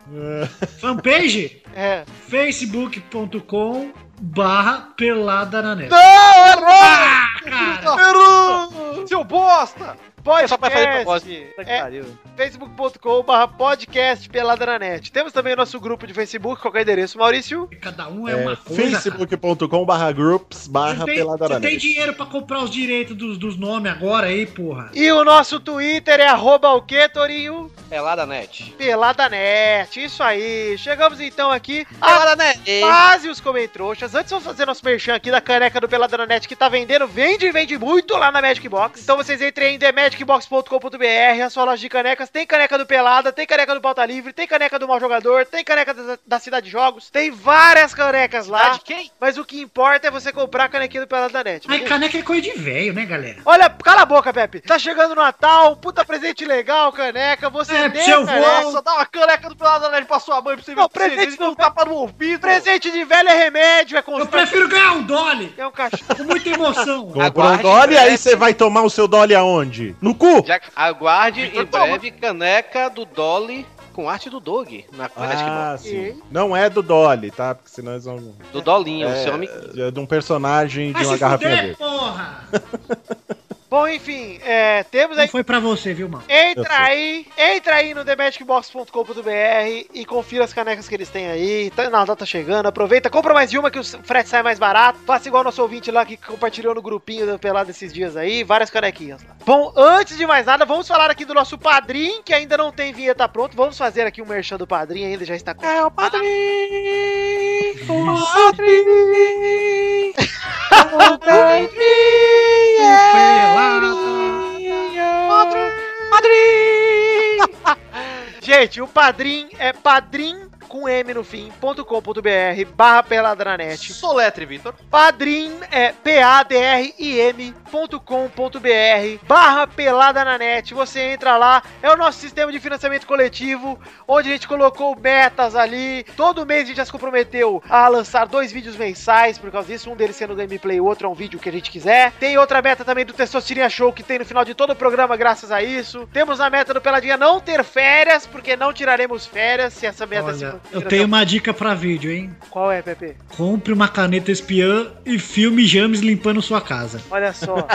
Fanpage, É. facebook.com barra pelada na net. Ah, Não, errou! cara. Errou! Seu bosta! Podcast, Só pra fazer propósito. é, facebook.com barra podcast peladranet. Temos também o nosso grupo de Facebook, qual que é o endereço, Maurício? Cada um é, É, uma coisa. cara. facebook.com barra groups Você barra tem, você tem peladarana. dinheiro pra comprar os direitos dos, dos nomes agora aí, porra? E o nosso Twitter é arroba o quê, Torinho? Pelada É net. Peladanet, isso aí. Chegamos então aqui a Pelada É net. quase os comentroxas. Antes vamos fazer nosso merchan aqui da caneca do Peladanet que tá vendendo, vende e vende muito lá na Magic Box. Então vocês entrem em themagicbox.com.br, a sua loja de canecas. Tem caneca do Pelada, tem caneca do Pauta Livre, tem caneca do Mal Jogador, tem caneca da, da Cidade Jogos, tem várias canecas Tá lá. quem? Mas o que importa é você comprar a canequinha do Peladanet. Ai, caneca é coisa de velho, né, galera? Olha, cala a boca, Pepe. Tá chegando o Natal, puta presente legal, caneca. Você É, nem seu merece. vô. Só dá uma caneca do Pelado Nerd pra sua mãe pra você Não, ver que você presente fez, não não tapa no ouvido. Presente de velho é remédio, é Eu constante. prefiro ganhar um dole É um cachorro. com muita emoção. Comprou um Aguarde, Dolly, aí merece. você vai tomar o seu Dolly aonde? No cu? Já aguarde Victor, em breve caneca do Dolly com arte do Dog na Magic Ah, Box. sim. Não é do Dolly, tá? Porque senão eles vão... Do Dolinho, É, o seu amigo. é de um personagem Vai de uma se garrafinha fuder, verde. porra! Bom, enfim, é, temos Não aí. foi pra você, viu, mano? Eu Entra sei. aí, entra aí no TheMagicBox.com.br e confira as canecas que eles têm aí. Tá, Natal tá chegando, aproveita, compra mais de uma que o frete sai mais barato. Faça igual nosso ouvinte lá que compartilhou no grupinho do Pelado esses dias aí, várias canequinhas lá. Bom, antes de mais nada, vamos falar aqui do nosso padrinho, que ainda não tem vinheta pronto. Vamos fazer aqui o merchan do padrinho, ainda já está com. É o padrinho! O padrinho! Pelada. Gente, o Padrim é padrim com M no fim, ponto .com.br barra peladranet. Soletre, Vitor. Padrim é P-A-D-R-I-M ponto .com.br barra pelada na net. Você entra lá, é o nosso sistema de financiamento coletivo, onde a gente colocou metas ali. Todo mês a gente já se comprometeu a lançar dois vídeos mensais, por causa disso, um deles sendo gameplay, o outro é um vídeo que a gente quiser. Tem outra meta também do Testosterinha Show, que tem no final de todo o programa, graças a isso. Temos a meta do Peladinha não ter férias, porque não tiraremos férias se essa meta se assim, Olha, eu tenho uma dica pra vídeo, hein? Qual é, Pepe? Compre uma caneta espiã e filme James limpando sua casa. Olha só.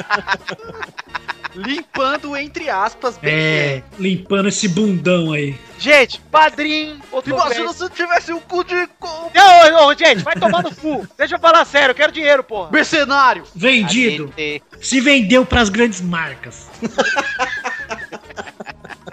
Limpando, entre aspas, É, limpando esse bundão aí. Gente, padrinho. Outro Imagina se tivesse um cu de. co- Não, ô, ô, gente, vai tomar no cu. Deixa eu falar sério, eu quero dinheiro, porra. Mercenário! Vendido. Se vendeu pras grandes marcas.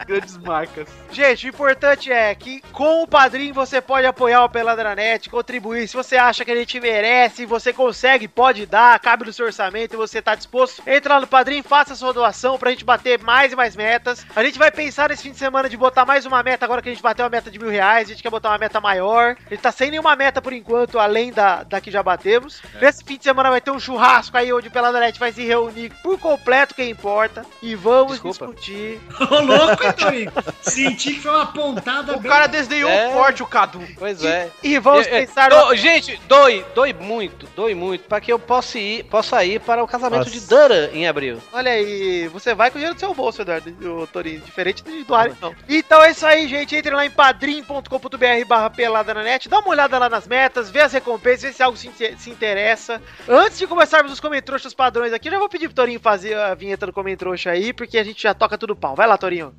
Grandes marcas. Gente, o importante é que com o padrinho você pode apoiar o Peladranet, contribuir. Se você acha que a gente merece, você consegue, pode dar, cabe no seu orçamento e você tá disposto, entra lá no padrinho, faça a sua doação pra gente bater mais e mais metas. A gente vai pensar nesse fim de semana de botar mais uma meta agora que a gente bateu a meta de mil reais. A gente quer botar uma meta maior. A gente tá sem nenhuma meta por enquanto, além da, da que já batemos. Nesse fim de semana vai ter um churrasco aí onde o Peladranet vai se reunir por completo, quem importa. E vamos discutir. Ô, louco, então, hein, Senti que foi uma pontada. O cara desdenhou É. forte o Cadu. Pois é. E vamos É, é, pensar. do- Gente, doe, doe muito, doe muito, pra que eu possa ir, possa ir para o casamento Nossa. de Dara em abril. Olha aí, você vai com o dinheiro do seu bolso, Eduardo, o Torinho, diferente de doar, não. Então é isso aí, gente. Entre lá em padrim.com.br barra pelada na net, dá uma olhada lá nas metas, vê as recompensas, vê se algo se, inte- se interessa. Antes de começarmos os comentroxas padrões aqui, eu já vou pedir pro Torinho fazer a vinheta do comentroxa aí, porque a gente já toca tudo pau. Vai lá, Torinho.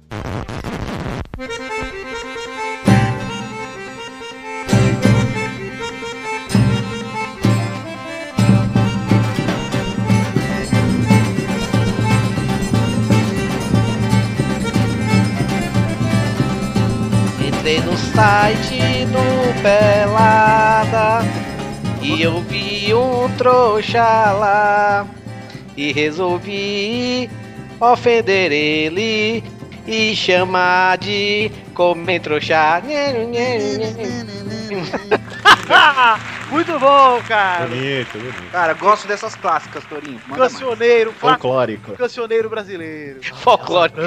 Entrei no site do Pelada e eu vi um trouxa lá e resolvi ofender ele e chamar de comentrouxa. Ah, Muito bom, cara. Bonito, bonito. Cara, gosto dessas clássicas, Torinho. Manda mais. Cancioneiro, clássico Folclórico. cancioneiro brasileiro. Folclórico.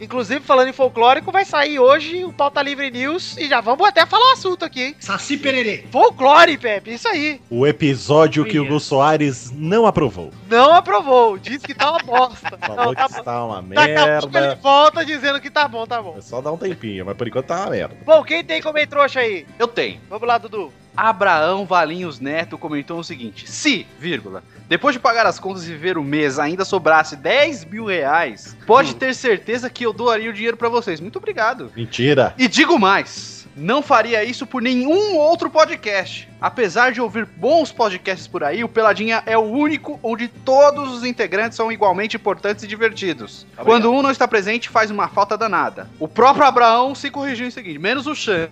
Inclusive, falando em folclórico, vai sair hoje o Pauta Livre News e já vamos até falar o assunto aqui, hein? Saci Pererê. Folclore, Pepe, isso aí. O episódio que o Hugo Soares não aprovou. Não aprovou, diz que tá uma bosta. Falou Não, tá que bom. está uma Daqui a pouco ele merda. volta dizendo que tá bom, tá bom. Só dá um tempinho, mas por enquanto tá uma merda. Bom, quem tem como trouxa aí? Eu tenho. Vamos lá, Dudu. Abraão Valinhos Neto comentou o seguinte: se, vírgula, depois de pagar as contas e ver o mês ainda sobrasse 10 mil reais, pode ter certeza que eu doaria o dinheiro pra vocês. Muito obrigado. Mentira. E digo mais, não faria isso por nenhum outro podcast. Apesar de ouvir bons podcasts por aí, o Peladinha é o único onde todos os integrantes são igualmente importantes e divertidos. Tá Quando um não está presente, faz uma falta danada. O próprio Abraão se corrigiu em seguinte, menos o Chan.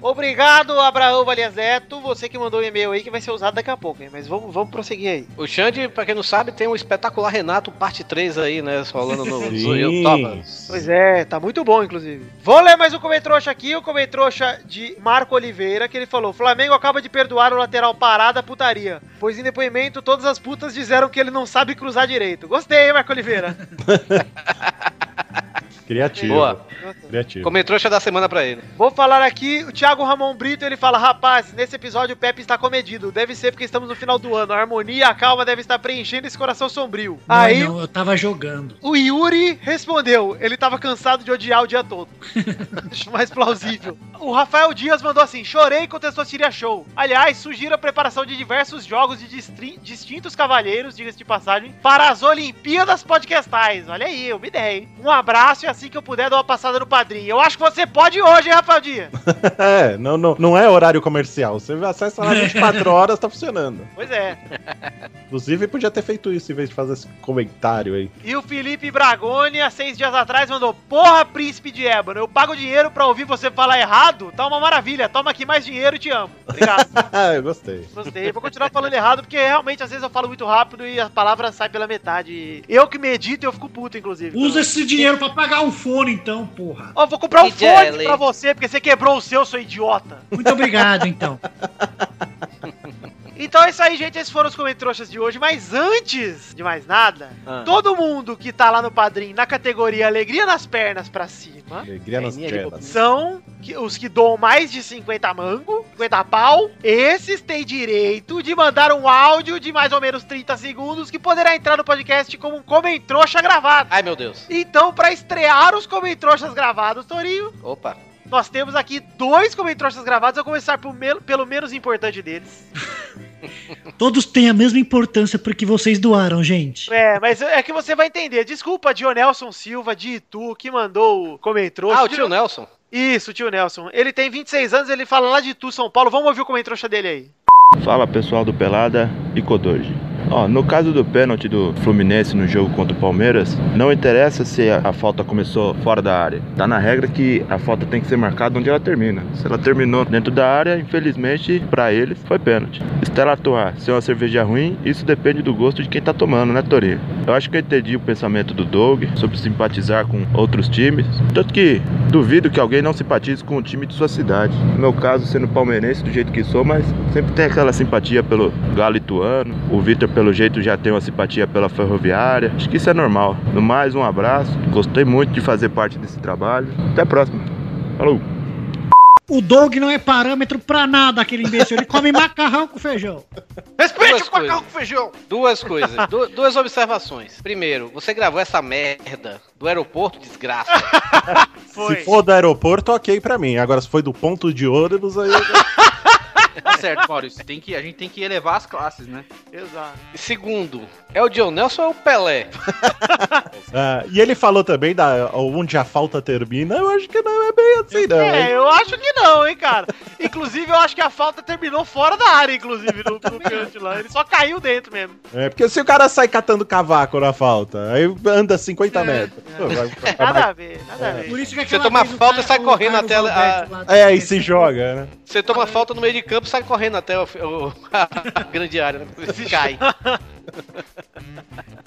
Obrigado, Abraão Valias Neto, você que mandou o e-mail aí que vai ser usado daqui a pouco, hein? Mas vamos, vamos prosseguir aí. O Xande, pra quem não sabe, tem um espetacular Renato parte 3 aí, né? Falando no no Sim. YouTube. Pois é, tá muito bom, inclusive. Vou ler mais um comentrouxa aqui, o comentrouxa de Marco Oliveira, que ele falou: Flamengo acaba de perdoar o lateral parada putaria. Pois em depoimento, todas as putas disseram que ele não sabe cruzar direito. Gostei, hein, Marco Oliveira? Criativo. Boa. Criativo. Comentrouxa da semana pra ele. Vou falar aqui, o Thiago Ramon Brito, ele fala, rapaz, nesse episódio o Pepe está comedido. Deve ser porque estamos no final do ano. A harmonia e a calma devem estar preenchendo esse coração sombrio. Não, é Aí não, eu tava jogando. o Yuri respondeu, ele estava cansado de odiar o dia todo. Acho mais plausível. O Rafael Dias mandou assim, chorei com o Testosterinha Show. Aliás, sugiro a preparação de diversos jogos de distri- distintos cavalheiros, diga-se de passagem, para as Olimpíadas Podcastais. Olha aí, uma ideia, hein? Um abraço e assim que eu puder dou uma passada no padrinho. Eu acho que você pode hoje, hein, Rafael Dias? É, não, não, não é horário comercial. Você acessa lá 24 horas, tá funcionando. Pois é. Inclusive, podia ter feito isso em vez de fazer esse comentário aí. E o Felipe Bragoni, há seis dias atrás, mandou: Porra, príncipe de ébano, eu pago dinheiro pra ouvir você falar errado? Tá uma maravilha, toma aqui mais dinheiro e te amo. Obrigado, eu gostei. gostei. Vou continuar falando errado, porque realmente às vezes eu falo muito rápido e a palavra sai pela metade. Eu que medito, eu fico puto, inclusive. Usa esse dinheiro pra pagar o um fone então, porra. Ó, vou comprar um Que fone jelly. pra você, porque você quebrou o seu, seu idiota. Muito obrigado, então. Então é isso aí, gente. Esses foram os comentroxas de hoje. Mas antes de mais nada, Ah. todo mundo que tá lá no Padrim na categoria Alegria nas Pernas pra cima Alegria nas pernas. são que- os que doam mais de 50 mango, 50 pau. Esses têm direito de mandar um áudio de mais ou menos 30 segundos que poderá entrar no podcast como um comentroxa gravado. Ai, meu Deus. Então, pra estrear os comentroxas gravados, Torinho, Opa. nós temos aqui dois comentroxas gravados. Eu vou começar por mel- pelo menos importante deles. Todos têm a mesma importância porque vocês doaram, gente. É, mas é que você vai entender. Desculpa, Dio Nelson Silva de Itu, que mandou o comentroxa. Ah, o tio Nelson. Isso, o tio Nelson. Ele tem 26 anos, ele fala lá de Itu, São Paulo. Vamos ouvir o comentroxa dele aí. Fala pessoal do Pelada e Kodoji. Ó, no caso do pênalti do Fluminense no jogo contra o Palmeiras, não interessa se a, a falta começou fora da área. Tá na regra que a falta tem que ser marcada onde ela termina. Se ela terminou dentro da área, infelizmente pra eles foi pênalti. Se ela atuar se é uma cerveja ruim, isso depende do gosto de quem tá tomando, né, Torinho? Eu acho que eu entendi o pensamento do Doug sobre simpatizar com outros times. Tanto que duvido que alguém não simpatize com o time de sua cidade. No meu caso, sendo palmeirense do jeito que sou, mas sempre tem aquela simpatia pelo galo ituano. O Vitor, pelo jeito, já tem uma simpatia pela ferroviária. Acho que isso é normal. No mais, um abraço. Gostei muito de fazer parte desse trabalho. Até a próxima. Falou! O Doug não é parâmetro pra nada, aquele imbecil. Ele come macarrão com feijão. Respeite o macarrão com feijão. Duas coisas. Du- duas observações. Primeiro, você gravou essa merda do aeroporto, desgraça. Se for do aeroporto, ok pra mim. Agora, se foi do ponto de ônibus, aí. Tá certo, Maurício. Tem que, a gente tem que elevar as classes, né? Exato. Segundo, é o John Nelson ou é o Pelé? Ah, e ele falou também da onde a falta termina. Eu acho que não é bem assim, não. hein? É, eu acho que não, hein, cara. Inclusive, eu acho que a falta terminou fora da área, inclusive, no, no canto lá. Ele só caiu dentro mesmo. É, porque se o cara sai catando cavaco na falta, aí anda 50 metros. Pô, vai- vai- É. Nada a ver, nada a ver. Por isso que Você toma falta e sai correndo até a, É, e se joga, né? Você Ah. toma falta no meio de campo e sai correndo até o, o- a grande área, né? Você cai.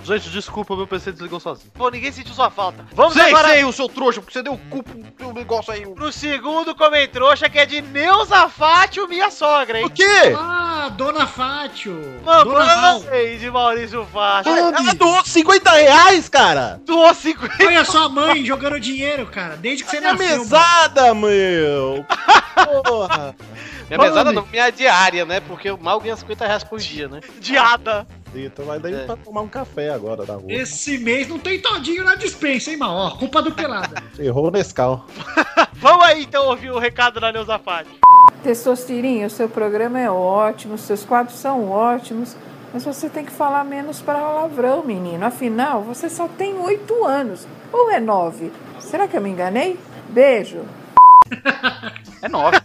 Gente, desculpa, meu PC desligou sozinho. Pô, ninguém sentiu sua falta. Vamos Sei, agora sei, o seu trouxa, porque você deu o cu pro negócio aí. Pro segundo comentroxa, que é de Neuza Fátio, minha sogra, hein? O quê? Ah, Dona Fátio. Mano, Dona Val. vocês de Maurício Fátio. Ela doou 50 reais, cara! Doou 50 Olha só a mãe jogando dinheiro, cara. Desde que você Minha nasceu. mesada, meu! Porra! Minha mesada não, minha diária, né? Porque eu mal ganho 50 reais por dia, né? Diada! Então vai É. daí pra tomar um café agora da rua. Esse mês não tem todinho na dispensa, hein, mal? Ó, culpa do pelada. Errou o Nescau. Vamos aí, então, ouvir o recado da Neuza Fátio. Testosterinha, o seu programa é ótimo, os seus quadros são ótimos, mas você tem que falar menos palavrão, menino. Afinal, você só tem oito anos. Ou é nove? Será que eu me enganei? Beijo. É nove.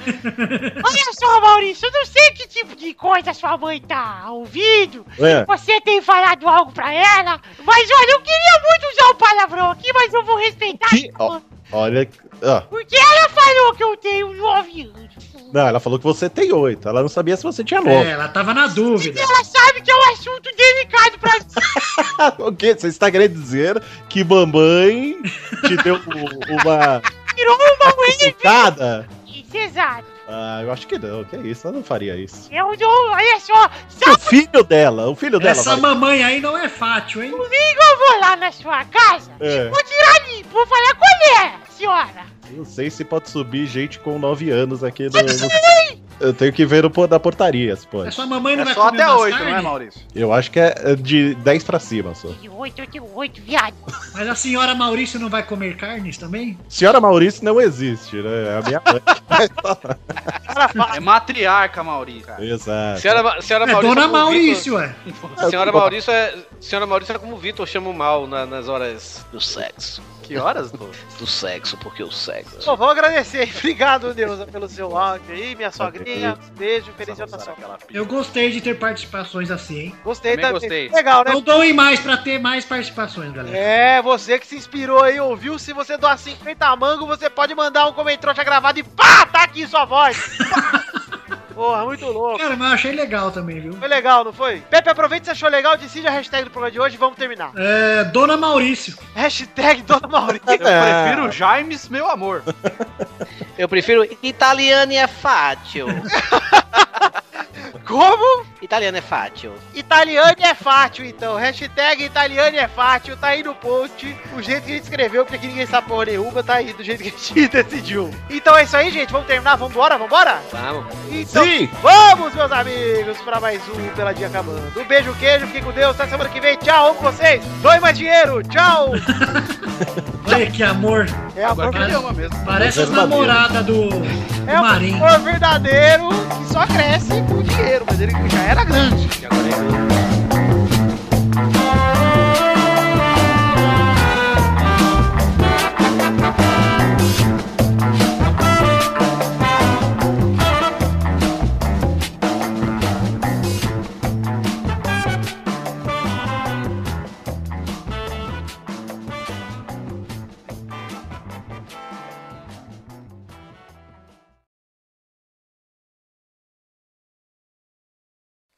Olha só, Maurício, eu não sei que tipo de coisa sua mãe tá ouvindo. É. Você tem falado algo pra ela. Mas olha, eu queria muito usar o palavrão aqui, mas eu vou respeitar. Ó, olha. ó. Porque ela falou que eu tenho nove anos. Não, ela falou que você tem oito. Ela não sabia se você tinha É, nove. ela tava na dúvida. Ela sabe que é um assunto delicado pra mim. o quê? Você está querendo dizer que mamãe te deu u- uma Tirou uma mulher cutucada? de Exato. Ah, eu acho que não. Que isso? Ela não faria isso. É Eu não, olha só, O filho dela, o filho dela. Essa faria. mamãe aí não é fácil, hein? domingo eu vou lá na sua casa. É, Vou tirar ali, vou falar com ela, senhora. não sei se pode subir gente com nove anos aqui no. no- Eu tenho que ver o po- da portaria, se pode. Sua mamãe não É vai só comer até umas oito, carne? não é, Maurício? Eu acho que é de 10 pra cima só. De oito, eu tenho oito, viado. Mas a senhora Maurício não vai comer carnes também? Senhora Maurício não existe, né? É a minha É matriarca, Maurício. mãe. Exato. Senhora, senhora É Dona como o Maurício, é. ué. Vitor- Senhora Maurício é. Senhora Maurício é como o Vitor chama o mal na- nas horas do sexo. Que horas, Dô? Do sexo, porque o sexo. Bom, vamos agradecer. aí. Obrigado, Neuza, pelo seu áudio aí, minha sogrinha. Beijo, feliz ano da sogra. Eu gostei de ter participações assim, hein? Gostei Também também. gostei. Legal, né? Não doem mais pra ter mais participações, galera. É, você que se inspirou aí, ouviu? Se você doar 50 mango, você pode mandar um comentroxa gravado e pá, tá aqui sua voz. Porra, muito louco. Cara, mas eu achei legal também, viu? Foi legal, não foi? Pepe, aproveita se achou legal, decide a hashtag do programa de hoje e vamos terminar. É, Dona Maurício. Hashtag Dona Maurício. É. Eu É. prefiro Jaimes, meu amor. Eu prefiro italiano é fácil. Como? Italiano é fácil. Italiano é fácil, então. Hashtag italiano é fácil, tá aí no post. O jeito que a gente escreveu, porque aqui ninguém sabe porra nenhuma, tá aí do jeito que a gente decidiu. Então é isso aí, gente. Vamos terminar? Vambora? Vambora? Vamos. Então, Sim. vamos, meus amigos, pra mais um Peladinha acabando. Um beijo, queijo, fiquem com Deus. Até semana que vem. Tchau, amo vocês. Doe mais dinheiro. Tchau. Olha que amor. É amor Parece- tá verdadeiro mesmo. Parece as Verdadeiro. namoradas do, É do um Marinho. amor verdadeiro que só cresce com dinheiro, mas ele já era grande. é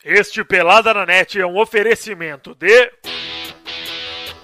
Este Pelada na Net é um oferecimento de.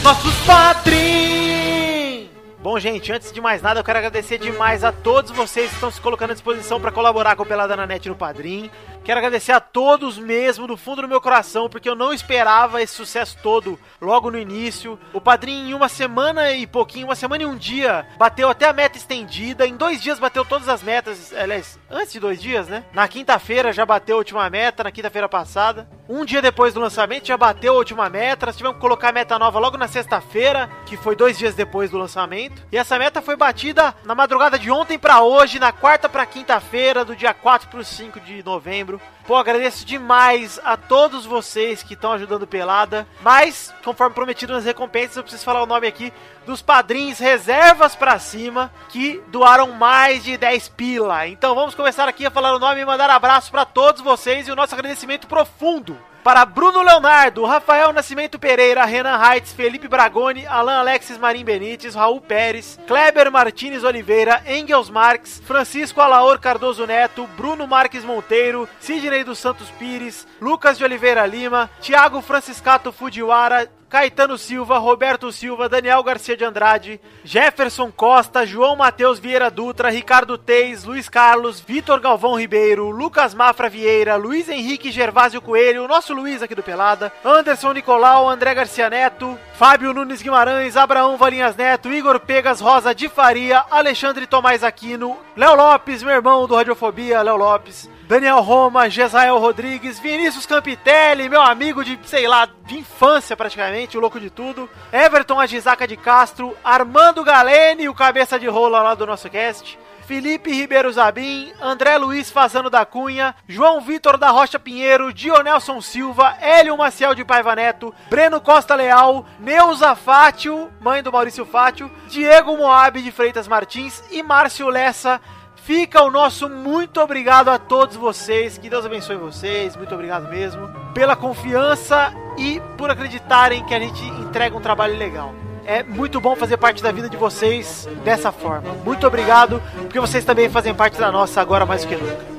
Nossos Padrim! Bom, gente, antes de mais nada, eu quero agradecer demais a todos vocês que estão se colocando à disposição para colaborar com o Pelada na Net no Padrim. Quero agradecer a todos mesmo, do fundo do meu coração, porque eu não esperava esse sucesso todo logo no início. O Padrim, em uma semana e pouquinho, uma semana e um dia, bateu até a meta estendida. Em dois dias bateu todas as metas, aliás, antes de dois dias, né? Na quinta-feira já bateu a última meta, na quinta-feira passada. Um dia depois do lançamento já bateu a última meta. Nós tivemos que colocar a meta nova logo na sexta-feira, que foi dois dias depois do lançamento. E essa meta foi batida na madrugada de ontem pra hoje, na quarta pra quinta-feira, do dia 4 pro 5 de novembro. Pô, agradeço demais a todos vocês que estão ajudando o Pelada. Mas, conforme prometido nas recompensas, eu preciso falar o nome aqui dos padrinhos reservas pra cima que doaram mais de 10 pila. Então vamos começar aqui a falar o nome e mandar abraço pra todos vocês e o nosso agradecimento profundo para Bruno Leonardo, Rafael Nascimento Pereira, Renan Heitz, Felipe Bragoni, Alan Alexis Marim Benites, Raul Pérez, Kleber Martins Oliveira, Engels Marques, Francisco Alaor Cardoso Neto, Bruno Marques Monteiro, Sidney dos Santos Pires, Lucas de Oliveira Lima, Thiago Franciscato Fujiwara, Caetano Silva, Roberto Silva, Daniel Garcia de Andrade, Jefferson Costa, João Matheus Vieira Dutra, Ricardo Teis, Luiz Carlos, Vitor Galvão Ribeiro, Lucas Mafra Vieira, Luiz Henrique Gervásio Coelho, o nosso Luiz aqui do Pelada, Anderson Nicolau, André Garcia Neto, Fábio Nunes Guimarães, Abraão Valinhas Neto, Igor Pegas Rosa de Faria, Alexandre Tomás Aquino, Léo Lopes, meu irmão do Radiofobia, Léo Lopes, Daniel Roma, Jezael Rodrigues, Vinícius Campitelli, meu amigo de, sei lá, de infância praticamente, o louco de tudo. Everton Agisaca de Castro, Armando Galene, o cabeça de rola lá do nosso cast. Felipe Ribeiro Zabim, André Luiz Fazano da Cunha, João Vitor da Rocha Pinheiro, Dionelson Silva, Hélio Maciel de Paiva Neto, Breno Costa Leal, Neuza Fátio, mãe do Maurício Fátio, Diego Moab de Freitas Martins e Márcio Lessa, Fica o nosso muito obrigado a todos vocês. Que Deus abençoe vocês. Muito obrigado mesmo pela confiança e por acreditarem que a gente entrega um trabalho legal. É muito bom fazer parte da vida de vocês dessa forma. Muito obrigado, porque vocês também fazem parte da nossa agora mais do que nunca.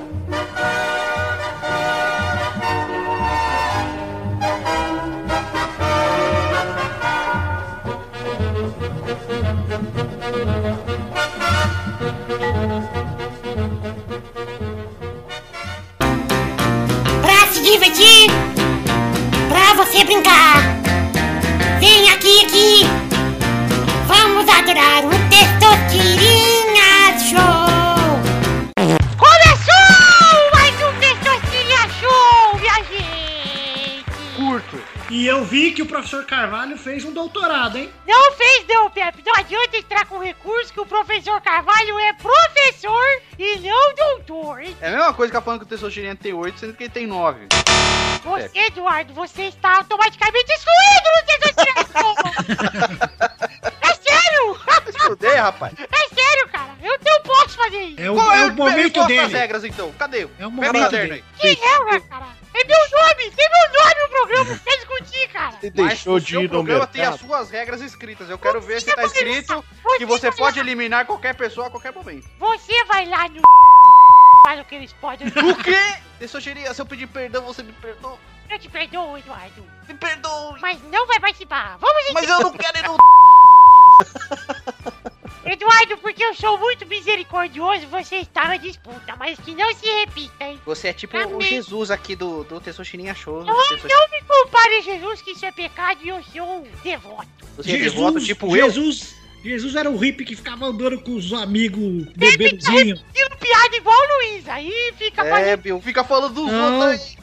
Pra se divertir, pra você brincar. Vem aqui, aqui. Vamos adorar o Testosterinha Show. Começou mais um Testosterinha Show, minha gente! Curto. E eu vi que o professor Carvalho fez um doutorado, hein? Não fez não, Pepe. Não adianta entrar com recurso que o professor Carvalho é professor e não doutor. hein? É a mesma coisa que tá falando que o Tessotirinha tem 8, sendo que ele tem 9. Você, Eduardo, você está automaticamente excluído no Testosterinha Show! É Ah, sério! Fudei, rapaz. É sério, cara. Eu não posso fazer isso. É Qual é o momento dele. as regras, então. Cadê? É o momento aí. Que regra, cara? É meu nome! Tem meu nome no programa pra discutir, cara! Você Mas deixou o de seu ir no programa tem as mercado. suas regras escritas. Eu quero ver se tá né? escrito que você pode eliminar qualquer pessoa a qualquer momento. Você vai lá no fazem o que eles podem. O quê? Eu sugeri, se eu pedir perdão, você me perdoa. Eu te perdoo, Eduardo. Me perdoe. Mas não vai participar. Vamos em Mas eu não quero ir no... Eduardo, porque eu sou muito misericordioso, você está na disputa, mas que não se repita, hein? Você é tipo o Amém. Jesus aqui do, do Tessoshirinha Show. Não, não me compare, Jesus, que isso é pecado e eu sou um devoto. Você é devoto tipo eu? Jesus, Jesus era o hippie que ficava andando com os amigos bebezinho. Tira piada igual o Luiz, aí fica É, Bill, fica falando dos Não, outros aí. eu-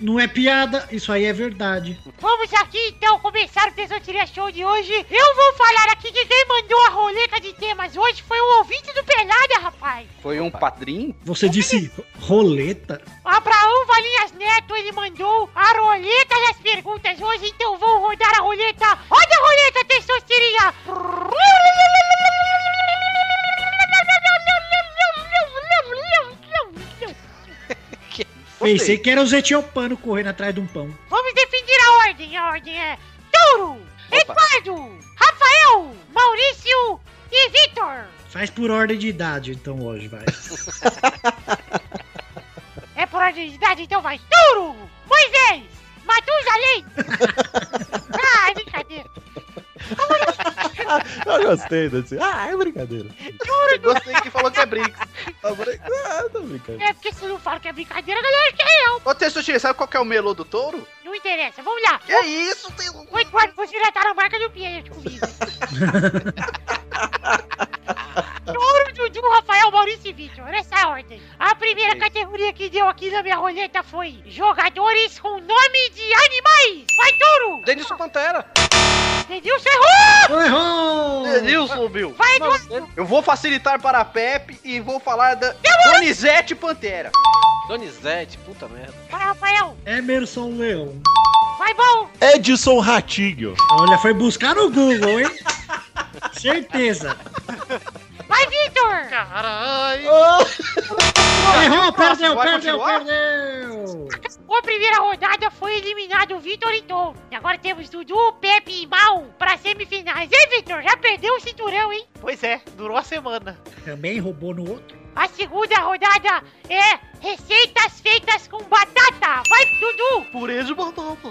não é piada, isso aí é verdade. Vamos aqui então começar o Tesoutiria Show de hoje. Eu vou falar aqui que quem mandou a roleta de temas hoje foi um ouvinte do Pelada, rapaz. Foi um padrinho? Você disse assim? roleta? Abraão Valinhas Neto, ele mandou a roleta das perguntas hoje, então vou rodar a roleta. Roda a roleta, Testosteria! Pensei que era os etiopanos correndo atrás de um pão. Vamos definir a ordem. A ordem é Touro, Eduardo, Rafael, Maurício e Vitor. Faz por ordem de idade, então, hoje, vai. É por ordem de idade, então vai. Touro, Moisés, Matusalém. ah, é brincadeira. Eu gostei desse. Ah, é brincadeira. Touro, Gostei que falou que é Brinks. Ah, tá brincando. É porque se não fala que é brincadeira, a galera que é eu. Ô, Tessoshirinha, sabe qual que é o melô do touro? Não interessa, vamos lá. Que isso, tem um... O Eduardo foi diretar a marca do Pinheiro comigo. Touro, Dudu, Rafael, Maurício e Vitor. Nessa ordem. A primeira categoria que deu aqui na minha roleta foi jogadores com nome de animais. Vai, Touro! Denilson Pantera. Denilson errou! Errou! Denilson, Bill. Vai, Eduardo! Eu vou facilitar para a Pepe e vou falar da Donizete Pantera. Donizete, puta merda. Vai, Rafael! É Emerson Leão. Vai, bom! Edson Ratinho. Olha, foi buscar no Google, hein? Certeza. Vai, Vitor! Caralho! Errou, perdeu, Vai perdeu, continuar? perdeu. A primeira rodada foi eliminado o Vitor e Tom. E agora temos Dudu, Pepe e Mal para semifinais. Ei, Vitor, já perdeu o cinturão, hein? Pois é, durou a semana. Também roubou no outro. A segunda rodada é receitas feitas com batata. Vai, Dudu! Purê de batata.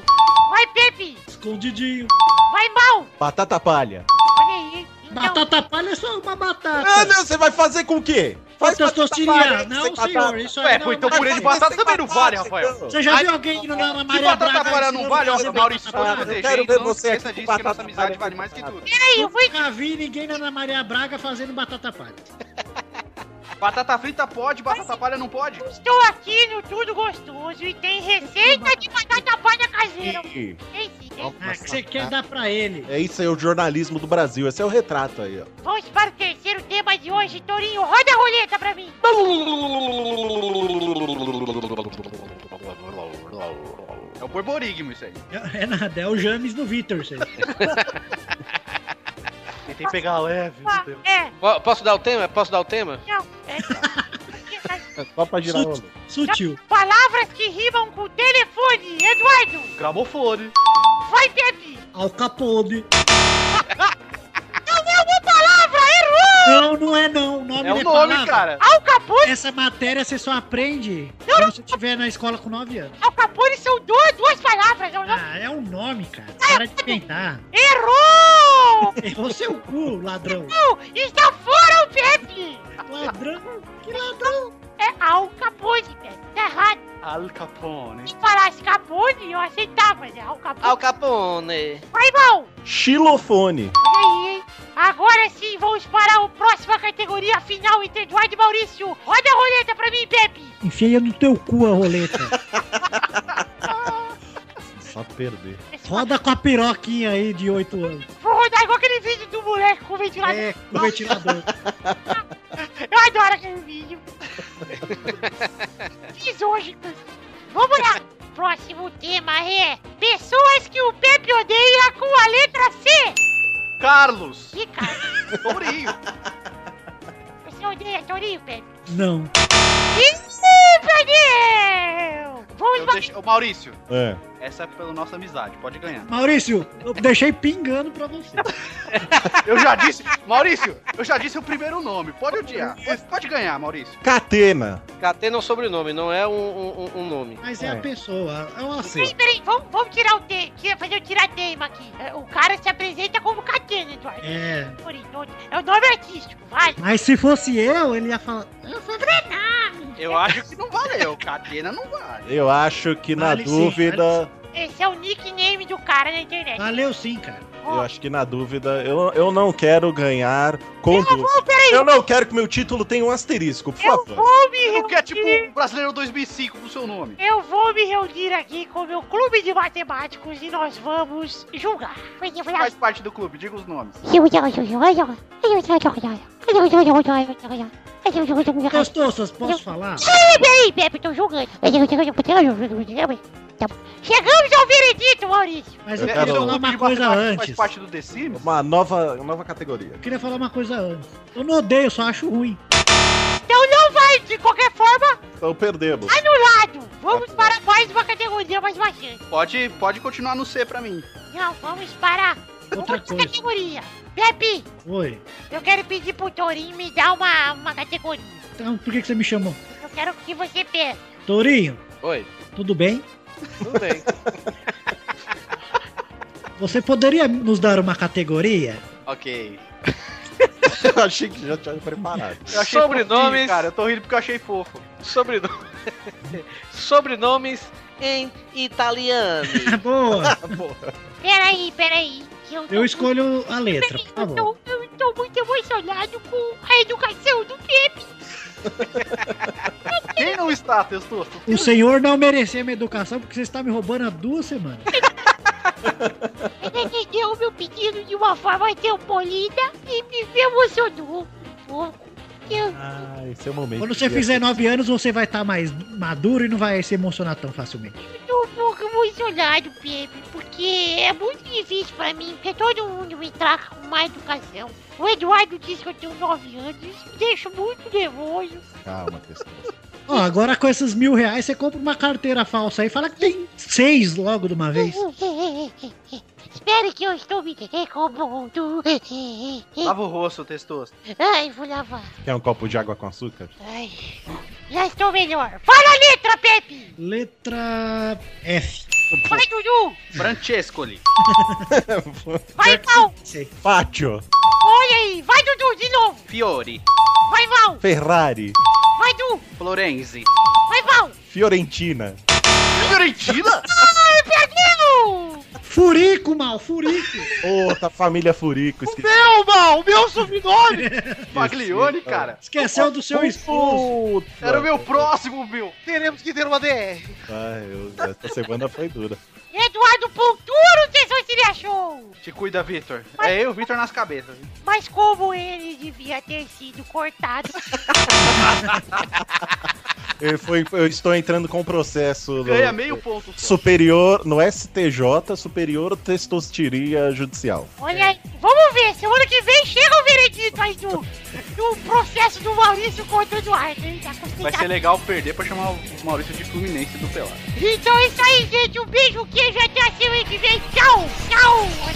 Vai, Pepe! Escondidinho. Vai, Mal! Batata palha. Olha aí, hein? Então, Batata palha é só uma batata. Ah, não, você vai fazer com o quê? Faz Testosterinha. Não, sem senhor. batata. Isso aí Ué, não pô, então é purê de batata. batata também não vale, Rafael. Você já viu alguém indo na Que Maria batata Braga? palha não ensinando vale, a fazer ó, Maurício? batata Pode palha? proteger, quero ver então, você esqueça aqui com disso que nossa batata amizade palha vale mais que tudo. Peraí, eu fui... Nunca vi ninguém na Ana Maria Braga fazendo batata palha. Batata frita pode, batata palha não pode. Estou aqui no Tudo Gostoso e tem receita de batata palha caseira. Ih. Tem sim, tem sim. Ah, que você quer dar pra ele? É isso aí, o jornalismo do Brasil. Esse é o retrato aí, ó. Vamos para o terceiro tema de hoje, Torinho. Roda a roleta pra mim. É o borborigmo isso aí. É nada, é o James do Vitor, você. Tentei pegar leve. Ah, é, Po- Posso dar o tema? Posso dar o tema? não. É. Só pra girar o Sut- ano. Sutil. Palavras que rimam com telefone. Eduardo, Gramofone. vai, Pepe. Al Capone. Não é uma palavra, errou. Não, não é não. O nome É não o palavra. nome, cara. Al Capone, Essa matéria você só aprende quando você estiver na escola com 9 anos. Al Capone são duas, duas palavras. é um nome- Ah, é um nome, cara. Para de inventar. É, Errou. Errou seu cu, ladrão. Não, está fora o Pepe. Ladrão? Que ladrão? É Al Capone, Pepe. Tá errado. Al Capone. Se falasse Capone, eu aceitava, né? Al Capone. Al Capone. Vai, irmão. Xilofone. Olha aí, hein? Agora sim, vamos para a próxima categoria final entre Eduardo e Maurício. Roda a roleta pra mim, Pepe. Enfia no teu cu a roleta. Só perder. Roda com a piroquinha aí de 8 anos. Vou rodar igual aquele vídeo do moleque com o ventilador. É, com o ventilador. Eu adoro aquele vídeo. Fiz hoje. Vamos lá. Próximo tema é pessoas que o Pepe odeia com a letra C. Carlos. Que cara, Tourinho. você odeia Torinho, Pepe? Não. Ih, perdeu! Vamos Eu deixo- Ô, Maurício, É. Essa é pela nossa amizade, pode ganhar. Maurício, eu deixei pingando pra você. Eu já disse, Maurício, eu já disse o primeiro nome. Pode odiar. Pode- Pode ganhar, Maurício. Catena. Catena é um sobrenome, não é um, um- um nome. Mas é, a pessoa, é um Peraí, acerto. peraí, vamos, vamos tirar o te... tira- fazer o tirateima aqui. É, O cara se apresenta como Catena, Eduardo. É. Maurício, É o nome artístico, vai. Mas se fosse eu, ele ia falar. Eu sou Brenami. Eu acho que não valeu. Catena não vale. Eu acho que na Vale sim, dúvida. Esse é o nickname do cara na internet. Valeu sim, cara. Eu acho que na dúvida. Eu, eu não quero ganhar com vou, dúvida. peraí. Eu não quero que meu título tenha um asterisco, por favor. Vou me Tu quer, tipo, reunir. brasileiro 2005 pro seu nome. Eu vou me reunir aqui com o meu clube de matemáticos e nós vamos julgar. Faz parte do clube, diga os nomes. É. Testosos, posso falar? Ih, peraí, Pepe, tô julgando. Tá Chegamos ao veredito, Maurício. Mas É, Eu eu queria quero- falar uma coisa Faz antes. parte do The Sims? Uma nova, uma nova categoria. Eu queria falar uma coisa antes. Eu não odeio, só acho ruim. Então não vai, de qualquer forma, Então perdemos. anulado. Vamos para mais uma categoria mais baixinha. Pode, pode continuar no C pra mim. Não, vamos para outra coisa. categoria. Pepe, Oi. eu quero pedir pro Torinho me dar uma, uma categoria. Então, por que, que você me chamou? Eu quero que você peça. Tourinho, Oi. tudo bem? Tudo bem. Você poderia nos dar uma categoria? ok. eu achei que já tinha preparado. Eu achei Sobrenomes. fofinho, Cara, eu tô rindo porque eu achei fofo. Sobrenome. Sobrenomes em italiano. Boa. Peraí, peraí. que tô Eu escolho a letra, por Eu favor. tô, eu tô muito emocionado com a educação do Pepe. Quem não está, Testoso? O senhor não merecia minha educação porque você está me roubando há duas semanas. Ele entendeu meu pedido de uma forma tão polida e me emocionou um pouco. Eu, Ah, esse é o momento. Quando você que- fizer nove anos, você vai estar mais maduro e não vai se emocionar tão facilmente. Tô um pouco emocionado, Pepe, porque é muito difícil pra mim, porque todo mundo me traga com má educação. O Eduardo diz que eu tenho 9 anos, isso me deixa muito nervoso. Calma, Testoso. Ó, agora com esses mil reais, você compra uma carteira falsa aí e fala que tem seis logo de uma vez. Espere que eu estou me recobrando. Lava o rosto, Testoso. Ai, vou lavar. Quer um copo de água com açúcar? Ai, já estou melhor. Fala a letra, Pepe! Letra F. Vai, Dudu! Francescoli. Vai, mal! Pátio. Olha aí! Vai, Dudu, de novo! Fiore. Vai, mal! Ferrari. Vai, Du! Florenzi. Vai, mal! Fiorentina. Fiorentina? Ai, perdeu! Furico, mal, furico. Outra família Furico. Esqueci. Meu, mal, o meu sobrenome! Paglione, cara. Esqueceu do seu esposo. Puta. Era o É. meu próximo, Bill. Teremos que ter uma DR. Ai, eu- essa semana foi dura. Eduardo Ponturo, Sessão Seria Show! Te cuida, Vitor. É eu, Vitor, nas cabeças. Mas como ele devia ter sido cortado. Eu, fui- eu estou entrando com um processo. Ganha no- meio ponto. só. Superior no STJ, superior testosteria judicial. Olha aí, vamos ver, semana que vem chega o veredito aí do, do processo do Maurício contra o Eduardo, hein? Tá Vai complicado. ser legal perder pra chamar o Maurício de Fluminense do Pelado. um Então é isso aí, gente. Um beijo, queijo, até a semana que vem. Tchau, tchau!